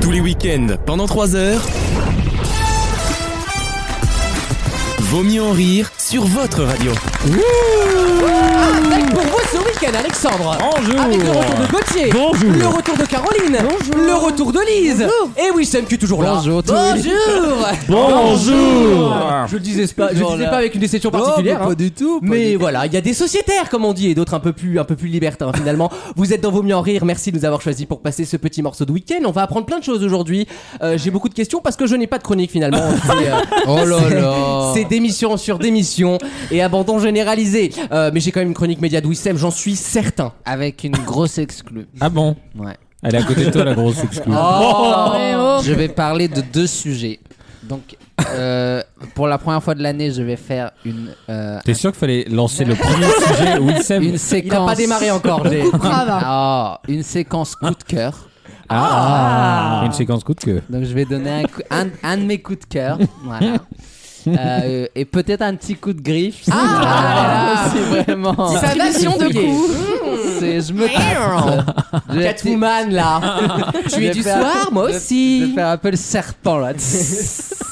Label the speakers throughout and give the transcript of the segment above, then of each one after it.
Speaker 1: Tous les week-ends, pendant 3 heures. Vaut mieux en rire sur votre radio.
Speaker 2: Ah, Avec pour vous ce week-end, Alexandre.
Speaker 3: Bonjour.
Speaker 2: Avec le retour de Gauthier.
Speaker 3: Bonjour.
Speaker 2: Le retour de Caroline. Bonjour. Le retour de Lise. Eh Et Wissem qui est toujours là.
Speaker 4: Bonjour, tout le-
Speaker 2: Bonjour.
Speaker 3: Bonjour.
Speaker 2: Je le disais pas, je le disais
Speaker 4: Voilà.
Speaker 2: pas avec une déception particulière.
Speaker 4: pas
Speaker 2: hein.
Speaker 4: du tout. pas
Speaker 2: Mais
Speaker 4: du-
Speaker 2: voilà, il y a des sociétaires comme on dit et d'autres un peu plus un peu plus libertins finalement. Vous êtes dans vos mieux en rire, merci de nous avoir choisis pour passer ce petit morceau de week-end. On va apprendre plein de choses aujourd'hui. Euh, J'ai beaucoup de questions parce que je n'ai pas de chronique finalement. C'est, euh,
Speaker 4: Oh là
Speaker 2: c'est-
Speaker 4: là.
Speaker 2: C'est démission sur démission et abandon généralisé. Euh, mais j'ai quand même une chronique média de Wissem, j'en suis certain.
Speaker 5: Avec une grosse exclue.
Speaker 3: Ah bon
Speaker 5: Ouais.
Speaker 3: Elle est à côté de toi la grosse excuse.
Speaker 2: Oh. Ah.
Speaker 5: Oh. Je vais parler de deux sujets. Donc, euh, pour la première fois de l'année, je vais faire une, euh,
Speaker 3: T'es sûr qu'il fallait lancer le premier sujet Wilson
Speaker 5: une
Speaker 2: Il n'a
Speaker 5: séquence.
Speaker 2: pas démarré encore. j'ai-
Speaker 5: Ah, une séquence coup de cœur.
Speaker 3: ah. Une séquence coup de queue.
Speaker 5: Donc, je vais donner un, coup- un, un de mes coups de cœur. Voilà. Euh, et peut-être un petit coup de griffe. Ah, c'est vraiment.
Speaker 2: Ça va
Speaker 5: C'est- Je me tape. Je vais-
Speaker 2: Euh, Catwoman là. tu es
Speaker 5: Je
Speaker 2: du
Speaker 5: vais faire-
Speaker 2: soir, moi
Speaker 5: je- Je vais
Speaker 2: aussi.
Speaker 5: faire un peu le serpent là.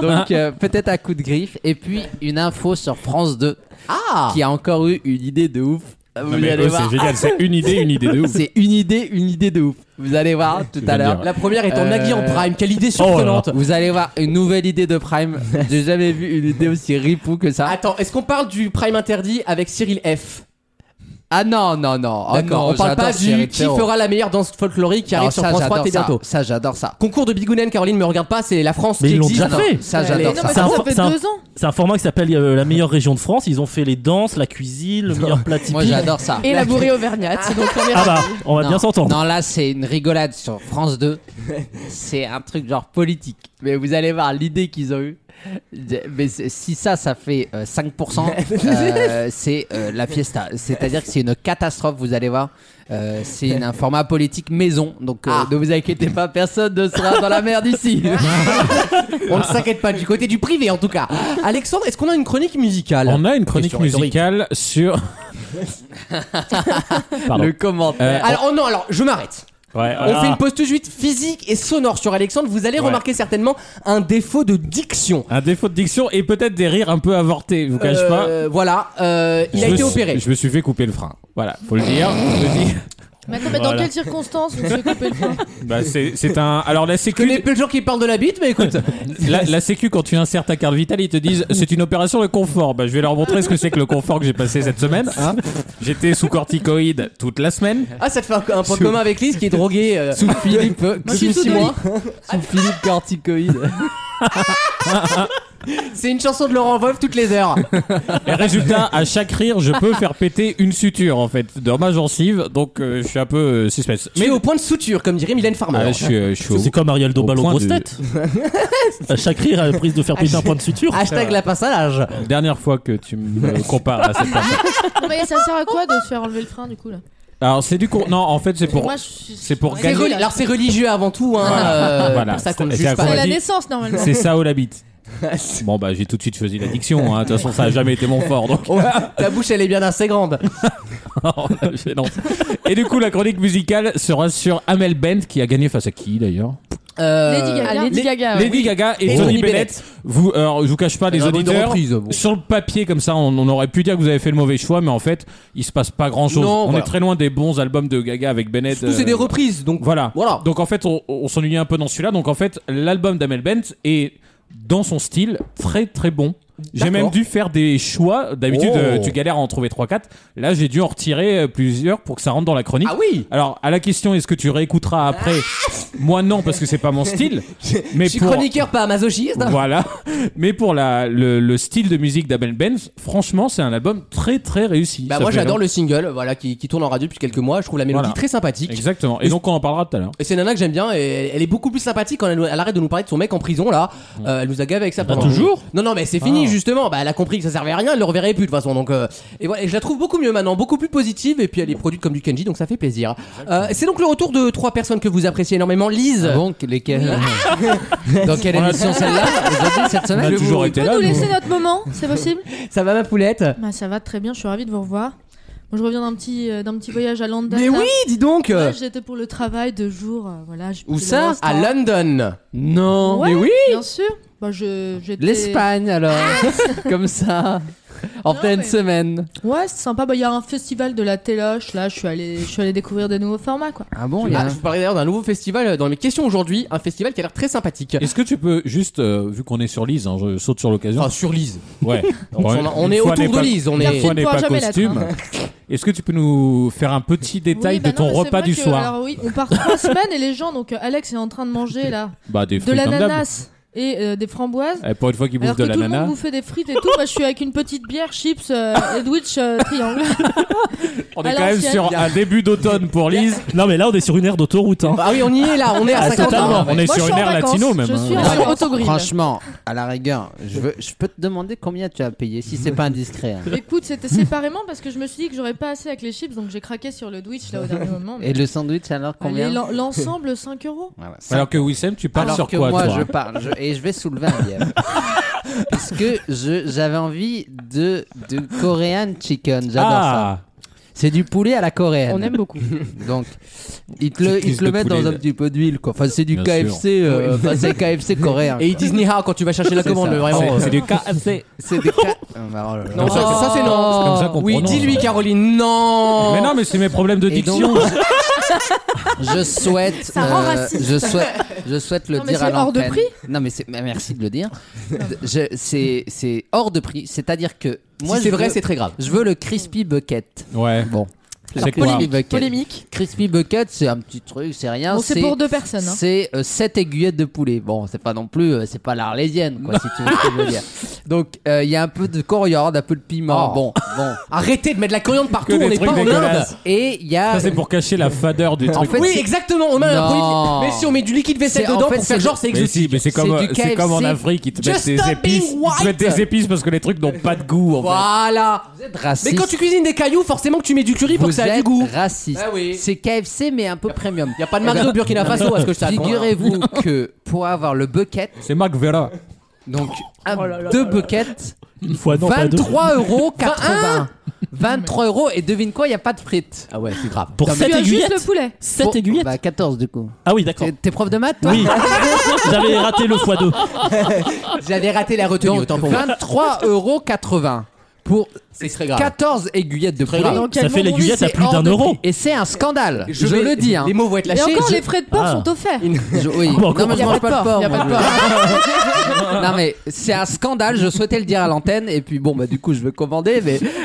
Speaker 5: Donc euh, peut-être un coup de griffe. Et puis une info sur France 2
Speaker 2: Ah.
Speaker 5: qui a encore eu une idée de ouf. Vous allez voir.
Speaker 3: génial, c'est une idée, une idée de ouf.
Speaker 5: C'est une idée, une idée de ouf. Vous allez voir tout
Speaker 3: veux
Speaker 5: à l'heure.
Speaker 3: dire.
Speaker 2: La première étant
Speaker 5: Euh,
Speaker 2: Nagui en prime, quelle idée
Speaker 3: là là.
Speaker 2: surprenante.
Speaker 5: Vous allez voir une nouvelle idée de Prime. J'ai jamais vu une idée aussi ripou que ça.
Speaker 2: Attends, est-ce qu'on parle du prime interdit avec Cyril F
Speaker 5: Ah non, non, non. Oh
Speaker 2: D'accord, on
Speaker 5: non,
Speaker 2: parle
Speaker 5: j'adore
Speaker 2: pas du
Speaker 5: Cyril
Speaker 2: qui
Speaker 5: Ferraud.
Speaker 2: fera la meilleure danse folklorique qui
Speaker 5: Non,
Speaker 2: arrive sur
Speaker 5: ça,
Speaker 2: France 3
Speaker 5: j'adore
Speaker 2: très
Speaker 5: ça.
Speaker 2: bientôt.
Speaker 5: Ça, j'adore ça.
Speaker 2: Concours de Bigounen, Caroline me regarde pas, c'est la France
Speaker 6: Mais
Speaker 2: qui
Speaker 6: ils l'ont
Speaker 2: existe.
Speaker 6: déjà fait.
Speaker 5: Ça,
Speaker 2: Ouais,
Speaker 5: j'adore
Speaker 2: mais
Speaker 5: ça.
Speaker 6: mais ça fait deux
Speaker 7: ans.
Speaker 6: C'est un format qui s'appelle euh, La meilleure région de France. Ils ont fait les danses, la cuisine, le meilleur plat
Speaker 5: Moi,
Speaker 6: typique.
Speaker 5: j'adore ça.
Speaker 7: Et la bourrée auvergnate. Donc, première-
Speaker 6: Ah bah, on va bien s'entendre.
Speaker 5: Non, là, c'est une rigolade sur France 2. c'est un truc genre politique. Mais vous allez voir l'idée qu'ils ont eue. Je- Mais c'est- si ça, ça fait euh, 5%, euh, c'est euh, la fiesta. C'est-à-dire que c'est une catastrophe, vous allez voir. Euh, c'est une- un format politique maison. Donc euh,
Speaker 2: Ah.
Speaker 5: ne vous inquiétez pas, personne ne sera dans la merde ici.
Speaker 2: On ne s'inquiète pas du côté du privé en tout cas. Alexandre, est-ce qu'on a une chronique musicale
Speaker 3: On a une chronique
Speaker 2: Question rhétorique.
Speaker 3: musicale sur. Pardon.
Speaker 5: Le commentaire.
Speaker 3: Euh,
Speaker 2: Alors oh non, alors je m'arrête.
Speaker 3: ouais,
Speaker 2: On
Speaker 3: voilà.
Speaker 2: fait une pause tout de suite physique et sonore sur Alexandre. Vous allez
Speaker 3: Ouais.
Speaker 2: remarquer certainement un défaut de diction.
Speaker 3: Un défaut de diction et peut-être des rires un peu avortés, je vous cache pas.
Speaker 2: Euh, Voilà, euh, il
Speaker 3: Je
Speaker 2: a
Speaker 3: me
Speaker 2: été
Speaker 3: suis-
Speaker 2: opéré.
Speaker 3: Je me suis fait couper le frein. Voilà, faut le dire. Je le dis.
Speaker 7: Mais attends, mais dans
Speaker 6: Voilà.
Speaker 7: quelles circonstances vous se coupez le frein
Speaker 3: Bah, c'est c'est un. Alors la
Speaker 2: Je connais
Speaker 3: sécu.
Speaker 2: peu de gens qui parlent de la bite, mais écoute.
Speaker 3: La, la sécu, quand tu insères ta carte vitale, ils te disent c'est une opération de confort. Bah, je vais leur montrer ce que c'est que le confort que j'ai passé cette semaine. hein. J'étais sous corticoïde toute la semaine.
Speaker 2: Ah, ça te fait un, un point commun avec Lise qui est droguée. euh,
Speaker 5: Sous Philippe,
Speaker 7: je suis
Speaker 5: sous
Speaker 7: sous
Speaker 5: six
Speaker 7: Dolly.
Speaker 5: mois. sous Philippe Corticoïde.
Speaker 2: C'est une chanson de Laurent Wolf toutes les heures.
Speaker 3: Et résultat, à chaque rire, je peux faire péter une suture en fait dans ma gencive. Donc euh, je suis un peu euh, suspense.
Speaker 2: Mais au point de souture, comme dirait Mylène Farmer.
Speaker 3: Ah, je suis, euh, je suis au-
Speaker 6: C'est comme Ariel Dombal
Speaker 3: au
Speaker 6: aux
Speaker 3: point
Speaker 6: grosses
Speaker 3: de-
Speaker 6: têtes. à chaque rire, à la prise de faire péter un point de suture.
Speaker 2: Hashtag la passalage.
Speaker 3: Dernière fois que tu me compares à cette personne.
Speaker 7: Non, mais ça sert à quoi de se faire enlever le frein du coup là
Speaker 3: Alors c'est du con. Non, en fait c'est pour.
Speaker 7: Moi, je suis-
Speaker 3: C'est pour
Speaker 7: je suis
Speaker 2: C'est
Speaker 3: gagner.
Speaker 7: nulle,
Speaker 2: reli-
Speaker 7: là.
Speaker 2: Alors c'est religieux avant tout, hein. euh,
Speaker 3: Voilà.
Speaker 2: pour ça qu'on ne
Speaker 3: C'est-
Speaker 2: juge
Speaker 3: c'est
Speaker 2: pas.
Speaker 7: C'est
Speaker 3: on
Speaker 7: la
Speaker 3: dit-
Speaker 7: naissance normalement.
Speaker 3: C'est ça ou la bite. Bon bah j'ai tout de suite choisi la diction. hein. De toute façon ça a jamais été mon fort. Donc
Speaker 2: Oh, ta bouche elle est bien assez grande.
Speaker 3: Oh, la gênance. Et du coup, la chronique musicale sera sur Amel Bent, qui a gagné face à qui d'ailleurs
Speaker 2: Euh,
Speaker 7: Lady Gaga.
Speaker 2: Lady Gaga.
Speaker 3: Lady Gaga Ah et,
Speaker 2: Et
Speaker 3: Tony
Speaker 2: Tony
Speaker 3: Bennett. Vous, alors, je vous cache pas, les
Speaker 5: Elle a une
Speaker 3: auditeurs.
Speaker 5: reprise, bon.
Speaker 3: Sur le papier, comme ça, on, on aurait pu dire que vous avez fait le mauvais choix, mais en fait, il se passe pas grand chose.
Speaker 2: Non,
Speaker 3: on
Speaker 2: voilà.
Speaker 3: est très loin des bons albums de Gaga avec Bennett.
Speaker 2: Surtout, c'est
Speaker 3: euh,
Speaker 2: des reprises, donc
Speaker 3: Voilà.
Speaker 2: Voilà.
Speaker 3: Donc en fait, on, on s'ennuyait un peu dans celui-là. Donc en fait, l'album d'Amel Bent est dans son style très très bon. J'ai
Speaker 2: D'accord.
Speaker 3: même dû faire des choix. D'habitude,
Speaker 2: Oh.
Speaker 3: euh, tu galères à en trouver 3-4. Là, j'ai dû en retirer euh, plusieurs pour que ça rentre dans la chronique.
Speaker 2: Ah oui
Speaker 3: Alors, à la question, est-ce que tu réécouteras après Moi, non, parce que c'est pas mon style. Mais
Speaker 2: Je suis
Speaker 3: pour.
Speaker 2: chroniqueur, pas masochiste. hein.
Speaker 3: Voilà. Mais pour la, le, le style de musique d'Abel Benz, franchement, c'est un album très très réussi.
Speaker 2: Bah
Speaker 3: Ça
Speaker 2: moi
Speaker 3: fait
Speaker 2: j'adore
Speaker 3: long-
Speaker 2: le single voilà qui, qui tourne en radio depuis quelques mois, je trouve la mélodie
Speaker 3: Voilà.
Speaker 2: très sympathique.
Speaker 3: Exactement. Et donc, on en parlera tout à l'heure.
Speaker 2: Et c'est Nana que j'aime bien et elle, elle est beaucoup plus sympathique quand elle, elle arrête de nous parler de son mec en prison là. Euh, elle nous a gavé avec
Speaker 3: Bah,
Speaker 2: ça pendant
Speaker 6: toujours
Speaker 2: Non non mais c'est
Speaker 3: Ah.
Speaker 2: fini justement. Bah elle a compris que ça servait à rien, elle le reverrait plus de toute façon donc euh, et voilà et je la trouve beaucoup mieux maintenant, beaucoup plus positive et puis elle est produite comme du Kenji donc ça fait plaisir. Euh, c'est donc le retour de trois personnes que vous appréciez énormément, Lise.
Speaker 5: Donc, lesquels Dans quelle émission celle-là Aujourd'hui, cette
Speaker 3: On a
Speaker 5: semaine Je vous-
Speaker 3: toujours
Speaker 7: Tu
Speaker 3: été
Speaker 7: peux
Speaker 3: là.
Speaker 7: nous
Speaker 3: nous.
Speaker 7: laisser notre moment, c'est possible
Speaker 2: Ça va ma poulette
Speaker 7: Bah ça va très bien, je suis ravie de vous revoir. Moi, je reviens d'un petit, euh, d'un petit voyage à London.
Speaker 2: Mais
Speaker 7: là.
Speaker 2: oui, dis donc
Speaker 7: Ouais, J'étais pour le travail deux jours. euh, voilà, j'ai
Speaker 2: Où
Speaker 7: pris le
Speaker 2: ça
Speaker 7: restaurant.
Speaker 2: À London.
Speaker 3: hein.
Speaker 5: Non.
Speaker 7: Ouais,
Speaker 2: Mais oui
Speaker 7: Bien sûr. Bah, je, j'étais-
Speaker 5: L'Espagne alors,
Speaker 2: Ah,
Speaker 5: comme ça, en
Speaker 7: Non,
Speaker 5: pleine
Speaker 7: mais-
Speaker 5: semaine.
Speaker 7: Ouais, c'est sympa. Bah, il y a un festival de la téloche. Là, je suis allée, je suis allée découvrir des nouveaux formats, quoi.
Speaker 5: Ah bon, il y a.
Speaker 2: Ah, je vous parlais d'ailleurs d'un nouveau festival euh, dans mes questions aujourd'hui, un festival qui a l'air très sympathique.
Speaker 3: Est-ce que tu peux juste, euh, vu qu'on est sur Lise, hein, je saute sur l'occasion.
Speaker 2: Enfin, sur Lise.
Speaker 3: ouais.
Speaker 2: Ah, On,
Speaker 3: Ouais.
Speaker 2: s'en- on
Speaker 3: Une
Speaker 2: est
Speaker 3: fois
Speaker 2: autour
Speaker 3: n'est
Speaker 2: de
Speaker 3: pas-
Speaker 2: Lise, on
Speaker 3: une
Speaker 2: est.
Speaker 3: fois n'est
Speaker 7: pourra
Speaker 3: pas
Speaker 7: jamais l'être, hein.
Speaker 3: costume. Est-ce que tu peux nous faire un petit détail
Speaker 7: Oui, bah
Speaker 3: de
Speaker 7: non,
Speaker 3: ton
Speaker 7: mais c'est
Speaker 3: repas
Speaker 7: vrai
Speaker 3: du
Speaker 7: que- euh,
Speaker 3: soir
Speaker 7: Alors oui, on part trois semaines et les gens, donc euh, Alex est en train de manger là
Speaker 3: Bah des
Speaker 7: de
Speaker 3: fruits comme d'hab.
Speaker 7: l'ananas et euh, des framboises.
Speaker 3: Eh, Pour une fois qu'il bouffe
Speaker 7: Alors que
Speaker 3: de
Speaker 7: tout le monde
Speaker 3: l'ananas.
Speaker 7: bouffait des frites et tout, moi je suis avec une petite bière, chips, euh, Edwidge euh, triangle.
Speaker 3: On
Speaker 7: à
Speaker 3: est quand même
Speaker 7: l'ancienne.
Speaker 3: sur un début d'automne pour Lise.
Speaker 6: Non, mais là, on est sur une aire d'autoroute. Hein.
Speaker 2: Ah oui, on y est là, on est à
Speaker 6: Ah,
Speaker 2: 50
Speaker 6: totalement.
Speaker 2: ans.
Speaker 3: On est sur
Speaker 7: Moi, je
Speaker 3: une
Speaker 7: suis en
Speaker 3: aire
Speaker 7: vacances,
Speaker 3: latino même.
Speaker 7: je
Speaker 3: hein.
Speaker 7: suis en-
Speaker 5: Non,
Speaker 7: sur
Speaker 5: mais
Speaker 7: Autogrill.
Speaker 5: Franchement, à la rigueur, je, veux- je peux te demander combien tu as payé, si c'est pas indiscret. hein.
Speaker 7: Écoute, c'était séparément parce que je me suis dit que j'aurais pas assez avec les chips, donc j'ai craqué sur le Edwidge là au dernier moment. mais-
Speaker 5: Et le sandwich alors combien
Speaker 7: Allez, l'en- L'ensemble 5 euros.
Speaker 5: Ouais, ouais, cinq.
Speaker 3: Alors que Wissem, tu parles
Speaker 5: Alors
Speaker 3: sur
Speaker 5: que
Speaker 3: quoi
Speaker 5: moi
Speaker 3: toi
Speaker 5: je parle je- et je vais soulever un lièvre. Parce que je- j'avais envie de, de Korean chicken, j'adore
Speaker 3: Ah,
Speaker 5: ça. C'est du poulet à la coréenne.
Speaker 4: On aime beaucoup.
Speaker 5: Donc ils te le, ils te
Speaker 3: Petite
Speaker 5: le
Speaker 3: cuisse de
Speaker 5: mettent
Speaker 3: poulet,
Speaker 5: dans un
Speaker 3: là.
Speaker 5: petit peu d'huile quoi. Enfin c'est du
Speaker 3: Bien
Speaker 5: KFC, euh,
Speaker 2: Oui.
Speaker 5: enfin, c'est KFC coréen.
Speaker 2: Et ils
Speaker 5: quoi.
Speaker 2: disent ni hao quand tu vas chercher la
Speaker 5: C'est
Speaker 2: commande,
Speaker 5: ça.
Speaker 2: mais vraiment.
Speaker 3: c'est- c'est
Speaker 2: euh,
Speaker 3: du KFC.
Speaker 5: C'est des ca- Ah, bah, oh là là.
Speaker 2: Non, ça, ça, c'est non.
Speaker 3: C'est comme ça qu'on
Speaker 2: Oui,
Speaker 3: prononce.
Speaker 2: dis-lui, Caroline, non
Speaker 3: Mais non, mais c'est mes problèmes de
Speaker 5: Et donc,
Speaker 3: diction.
Speaker 5: je souhaite, euh,
Speaker 4: Ça rend raciste.
Speaker 5: je souhaite, je souhaite le
Speaker 7: Non, mais
Speaker 5: dire à
Speaker 7: c'est hors de
Speaker 5: l'antenne.
Speaker 7: prix.
Speaker 5: Non mais c'est, mais merci de le dire. Je- c'est, c'est hors de prix. C'est-à-dire que moi
Speaker 2: Si c'est
Speaker 5: je
Speaker 2: vrai,
Speaker 5: veux-
Speaker 2: c'est très grave.
Speaker 5: je veux le crispy bucket.
Speaker 3: Ouais.
Speaker 5: Bon.
Speaker 3: C'est
Speaker 5: Crispy
Speaker 3: quoi
Speaker 5: bucket.
Speaker 4: Polémique.
Speaker 5: Crispy bucket, c'est un petit truc, c'est rien.
Speaker 7: Bon, c'est pour deux personnes. hein.
Speaker 5: C'est 7 aiguillettes de poulet. Bon, c'est pas non plus, euh, c'est pas l'arlésienne, quoi, si tu veux ce que je veux dire. Donc, euh, il y a un peu de coriandre, un peu de piment.
Speaker 2: Oh.
Speaker 5: Bon, bon.
Speaker 2: Arrêtez de mettre de la coriandre partout,
Speaker 3: Que des
Speaker 2: on n'est
Speaker 3: trucs
Speaker 2: pas en Inde
Speaker 3: dégueulasses.
Speaker 5: Et il y a.
Speaker 3: Ça c'est pour cacher la fadeur du
Speaker 5: En
Speaker 3: truc.
Speaker 5: fait,
Speaker 2: Oui,
Speaker 5: c'est-
Speaker 2: exactement, on met un
Speaker 5: Non.
Speaker 2: produit. Mais si on met du liquide vaisselle
Speaker 5: C'est- en
Speaker 2: dedans
Speaker 5: fait,
Speaker 2: pour faire
Speaker 5: c'est-
Speaker 2: genre, c'est
Speaker 3: Mais si,
Speaker 2: exotique.
Speaker 3: mais c'est comme,
Speaker 5: C'est du
Speaker 3: c'est comme en
Speaker 5: KFC.
Speaker 3: Afrique, ils te mettent
Speaker 2: Just
Speaker 3: des
Speaker 2: stop
Speaker 3: épices,
Speaker 2: being
Speaker 3: ils te mettent
Speaker 2: white.
Speaker 3: des épices parce que les trucs n'ont pas de goût. En fait.
Speaker 2: Voilà
Speaker 5: Vous êtes raciste.
Speaker 2: Mais quand tu cuisines des cailloux, forcément que tu mets du curry pour
Speaker 5: Vous
Speaker 2: que ça ait du
Speaker 5: êtes
Speaker 2: goût.
Speaker 5: raciste.
Speaker 2: Ah oui.
Speaker 5: C'est KFC, mais un peu premium. Eh ben,
Speaker 2: Y a pas de Mario au Burkina Faso, à ce que je t'apprends.
Speaker 5: Figurez-vous que pour avoir le bucket,
Speaker 3: C'est Mac Vera.
Speaker 5: donc un- deux buckets,
Speaker 6: Une fois, non, pas deux.
Speaker 5: 23 euros 80. 23 euros et devine quoi, il n'y a pas de frites.
Speaker 2: Ah ouais, c'est grave.
Speaker 6: Pour
Speaker 5: Non, mais-
Speaker 7: Tu
Speaker 6: 7
Speaker 7: as juste
Speaker 6: aiguillettes
Speaker 7: le poulet.
Speaker 6: 7
Speaker 5: Bon,
Speaker 6: aiguillettes
Speaker 5: Bah 14 du coup.
Speaker 6: Ah oui, d'accord.
Speaker 5: T'es t'es prof de maths toi
Speaker 6: Oui. J'avais raté le x2.
Speaker 2: J'avais raté la retenue, autant pour moi. Ah.
Speaker 5: 23,80 euros pour
Speaker 2: C'est très grave.
Speaker 5: 14 aiguillettes de poulet.
Speaker 2: grave.
Speaker 7: Dans
Speaker 6: Ça fait
Speaker 7: quel monde on vit
Speaker 6: l'aiguillette à
Speaker 5: C'est
Speaker 6: plus
Speaker 5: hors
Speaker 6: d'un
Speaker 5: de
Speaker 6: euro.
Speaker 5: prix. Et c'est un scandale. Je,
Speaker 2: vais-
Speaker 5: le dis. Hein.
Speaker 2: Les mots vont être
Speaker 7: Et
Speaker 2: lâchés.
Speaker 7: encore,
Speaker 2: je-
Speaker 7: les frais de port
Speaker 6: Ah.
Speaker 7: sont offerts.
Speaker 5: Je- oui.
Speaker 6: Bah, encore
Speaker 5: non, mais je
Speaker 6: qu'on
Speaker 5: mange pas de porc.
Speaker 7: y a
Speaker 5: moi,
Speaker 7: pas de
Speaker 5: je- non, mais c'est un scandale. Je souhaitais le dire à l'antenne. Et puis, bon, bah, du coup, je veux commander. Mais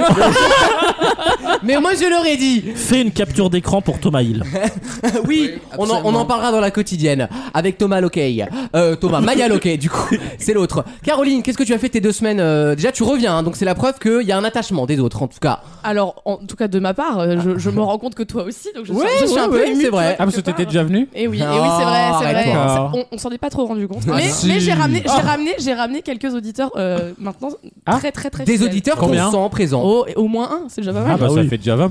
Speaker 2: Mais moi je l'aurais dit.
Speaker 6: Fais une capture d'écran pour Thomas Hill.
Speaker 2: Oui, on, en, on en
Speaker 5: absolument.
Speaker 2: parlera dans la quotidienne avec Thomas Lockey. Euh, Thomas Maya Lockey, du coup, c'est l'autre. Caroline, qu'est-ce que tu as fait tes deux semaines euh, Déjà, tu reviens, hein, donc c'est la preuve qu'il y a un attachement des autres, en tout cas.
Speaker 4: Alors, en tout cas, de ma part, euh, je, je me rends compte que toi aussi, donc je suis,
Speaker 2: Ouais,
Speaker 4: je suis
Speaker 2: ouais,
Speaker 4: un
Speaker 2: ouais,
Speaker 4: peu émue.
Speaker 2: c'est vrai.
Speaker 3: Ah, parce que t'étais déjà venu
Speaker 4: Et oui, eh oui,
Speaker 2: Oh,
Speaker 4: c'est vrai, c'est vrai.
Speaker 2: arrête-toi.
Speaker 4: Ça- on on s'en est pas trop rendu compte.
Speaker 5: Ah,
Speaker 4: mais
Speaker 5: si.
Speaker 4: mais j'ai ramené, j'ai ramené, j'ai ramené quelques auditeurs euh, maintenant
Speaker 3: Ah.
Speaker 4: très très très
Speaker 2: Des
Speaker 4: fidèles.
Speaker 2: auditeurs qu'on
Speaker 3: Combien
Speaker 2: sent présents.
Speaker 4: Oh, et au moins un, c'est déjà pas mal.
Speaker 3: Ah, bah
Speaker 6: bah
Speaker 3: ça
Speaker 6: oui.
Speaker 3: fait déjà 20%.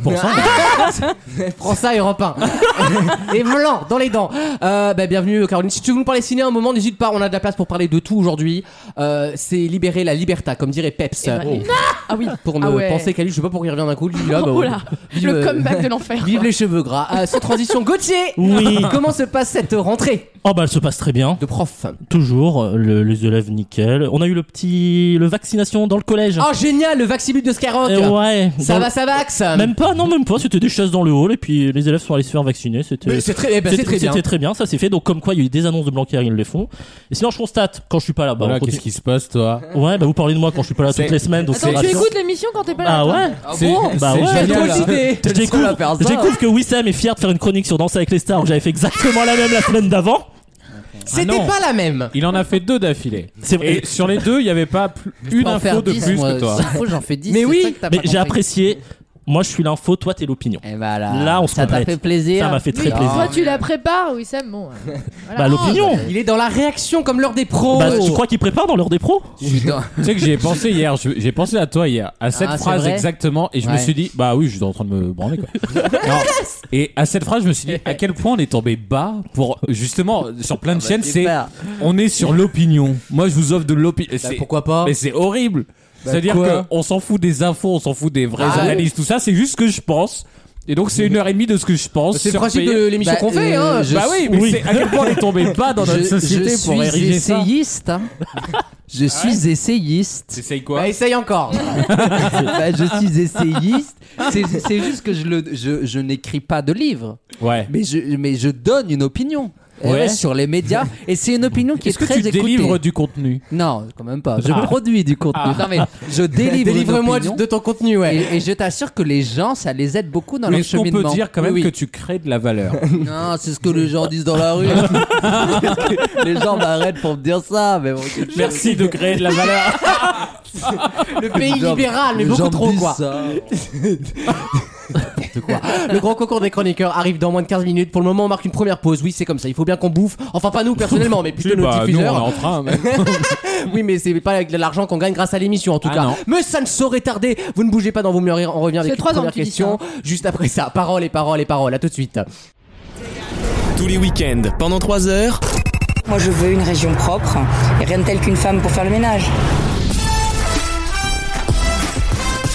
Speaker 2: Prends ça, Europe 1. et blanc dans les dents. Euh, bah, bienvenue, Caroline. Si tu veux nous parler ciné un moment, n'hésite pas, on a de la place pour parler de tout aujourd'hui. Euh, c'est libérer la liberté, comme dirait Peps.
Speaker 4: Eh ben,
Speaker 2: Oh.
Speaker 4: et- Ah oui.
Speaker 2: Pour ne
Speaker 4: Ah ouais.
Speaker 2: penser qu'à lui, je sais pas pourquoi il revient d'un coup. Lui, là, bah,
Speaker 4: Oh là,
Speaker 2: vive,
Speaker 4: le
Speaker 2: euh,
Speaker 4: comeback de l'enfer.
Speaker 2: Vive les cheveux gras. Euh, sans transition, Gauthier
Speaker 6: Oui.
Speaker 2: Comment se passe cette rentrée
Speaker 6: Oh bah elle se passe très bien.
Speaker 2: de prof
Speaker 6: Toujours euh, le- les élèves nickel. On a eu le petit le vaccination dans le collège.
Speaker 2: Oh, génial, le vaccibut de Skyrock
Speaker 6: Eh ouais.
Speaker 2: Ça
Speaker 6: Dans-
Speaker 2: va, ça vax
Speaker 6: Même pas, non, même pas. C'était des chaises dans le hall et puis les élèves sont allés se faire vacciner. C'était
Speaker 2: Mais c'est très, eh ben, c'est
Speaker 6: c'était-
Speaker 2: très bien.
Speaker 6: c'était très bien, ça s'est fait. Donc comme quoi, il y a eu des annonces de Blanquer, ils les font. Et sinon, je constate quand je suis pas là. Bah, on
Speaker 3: Voilà,
Speaker 6: continue-
Speaker 3: qu'est-ce qui se passe, toi
Speaker 6: Ouais, bah vous parlez de moi quand je suis pas là toutes
Speaker 3: C'est-
Speaker 6: les semaines. Donc c'est
Speaker 7: Attends, tu
Speaker 6: rassurant.
Speaker 7: écoutes l'émission quand t'es pas là.
Speaker 6: Ah
Speaker 7: toi
Speaker 6: ouais.
Speaker 3: C'est-
Speaker 6: Bah
Speaker 3: c'est
Speaker 6: ouais.
Speaker 3: génial.
Speaker 2: Drôle d'idée.
Speaker 6: Je découvre,
Speaker 5: faire ça.
Speaker 6: je découvre que Wissam est fier de faire une chronique sur Danse avec les stars. où J'avais fait exactement la même la semaine d'avant.
Speaker 2: C'était
Speaker 6: Ah
Speaker 3: non.
Speaker 2: pas la même
Speaker 3: Il en a fait deux d'affilée.
Speaker 6: C'est vrai.
Speaker 3: Et sur les deux, il n'y avait pas plus- une
Speaker 5: en
Speaker 3: info
Speaker 5: faire
Speaker 3: de
Speaker 5: 10,
Speaker 3: plus
Speaker 5: moi,
Speaker 3: que toi.
Speaker 5: s'il faut, j'en fais 10.
Speaker 2: Mais
Speaker 5: c'est
Speaker 2: oui,
Speaker 5: ça que t'as
Speaker 6: Mais
Speaker 5: pas
Speaker 6: j'ai
Speaker 5: compris.
Speaker 6: apprécié. Moi, je suis l'info, toi, t'es l'opinion.
Speaker 5: Et bah là,
Speaker 6: Là, on se
Speaker 5: ça t'a
Speaker 6: complète.
Speaker 5: fait plaisir.
Speaker 6: Ça m'a fait très
Speaker 7: Oui,
Speaker 6: plaisir.
Speaker 7: Toi, tu la prépares, oui, Sam. Bon, euh, voilà.
Speaker 6: Bah, l'opinion.
Speaker 2: Il est dans la réaction comme l'heure des pros
Speaker 6: Bah, tu crois qu'il prépare dans l'heure des pros
Speaker 5: Putain.
Speaker 3: Tu sais que j'y ai pensé hier, je- j'ai pensé à toi hier, à cette
Speaker 5: c'est
Speaker 3: phrase
Speaker 5: vrai
Speaker 3: exactement, et je me
Speaker 5: Ouais.
Speaker 3: suis dit, bah oui, je suis en train de me branler quoi. Non. Et à cette phrase, je me suis dit, à quel point on est tombé bas pour justement, sur plein de chaînes, c'est
Speaker 5: super.
Speaker 3: on est sur l'opinion. Moi, je vous offre de l'opinion.
Speaker 2: Bah, pourquoi pas
Speaker 3: Mais c'est horrible. C'est-à-dire
Speaker 5: quoi
Speaker 3: qu'on s'en fout des infos, on s'en fout des vraies
Speaker 2: Ah,
Speaker 3: analyses, tout ça, c'est juste ce que je pense. Et donc c'est une heure et demie de ce que je pense.
Speaker 2: C'est le principe
Speaker 3: surpayé.
Speaker 2: de l'émission
Speaker 5: Bah,
Speaker 2: qu'on fait,
Speaker 5: euh,
Speaker 2: hein.
Speaker 5: je-
Speaker 3: Bah oui, mais
Speaker 6: Oui.
Speaker 3: c'est à quel point on est tombé bas dans notre
Speaker 5: je,
Speaker 3: société
Speaker 5: je
Speaker 3: pour
Speaker 5: suis
Speaker 3: ériger ça.
Speaker 5: essayiste. hein. Je suis essayiste.
Speaker 3: T'essayes quoi
Speaker 2: Bah, essaye encore.
Speaker 5: Bah, je suis essayiste. C'est c'est juste que je, le- je- je n'écris pas de livre,
Speaker 3: Ouais.
Speaker 5: mais je, mais je donne une opinion euh,
Speaker 3: Ouais.
Speaker 5: sur les médias. Et c'est une opinion qui est,
Speaker 3: Est-ce que
Speaker 5: très
Speaker 3: tu
Speaker 5: écoutée.
Speaker 3: délivres du contenu
Speaker 5: Non, quand même pas. Je
Speaker 3: Ah.
Speaker 5: produis du contenu.
Speaker 3: Ah.
Speaker 5: Non, mais je délivre. une
Speaker 2: Délivre-moi
Speaker 5: opinion.
Speaker 2: de ton contenu, ouais.
Speaker 5: Et, et je t'assure que les gens, ça les aide beaucoup dans
Speaker 3: Mais
Speaker 5: leur
Speaker 3: est-ce qu'on
Speaker 5: cheminement.
Speaker 3: peut dire quand même
Speaker 5: Oui,
Speaker 3: que
Speaker 5: oui.
Speaker 3: tu crées de la valeur
Speaker 5: Non, c'est ce que les gens disent dans la rue. les gens m'arrêtent pour me dire ça, mais bon, que-
Speaker 3: Merci de créer de la valeur.
Speaker 2: Le pays
Speaker 5: Les gens-
Speaker 2: libéral, mais
Speaker 5: les gens
Speaker 2: beaucoup trop,
Speaker 5: me disent
Speaker 2: quoi.
Speaker 5: ça.
Speaker 2: Le grand concours des chroniqueurs arrive dans moins de 15 minutes. Pour le moment, on marque une première pause. Oui, c'est comme ça. Il faut bien qu'on bouffe. Enfin, pas nous personnellement, mais plutôt
Speaker 3: Oui,
Speaker 2: nos
Speaker 3: bah, nous, on est
Speaker 2: diffuseurs.
Speaker 3: en train. mais-
Speaker 2: Oui, mais c'est pas avec de l'argent qu'on gagne grâce à l'émission en tout
Speaker 3: Ah
Speaker 2: cas.
Speaker 3: non.
Speaker 2: Mais ça ne saurait tarder. Vous ne bougez pas dans vos murs. On revient
Speaker 4: Ça
Speaker 2: avec
Speaker 4: fait
Speaker 2: les
Speaker 4: trois ans
Speaker 2: premières
Speaker 4: que tu dis
Speaker 2: questions. Juste après ça, parole et parole et parole. À tout de suite.
Speaker 1: Tous les week-ends, pendant 3 heures,
Speaker 8: Moi, je veux une région propre et rien de tel qu'une femme pour faire le ménage.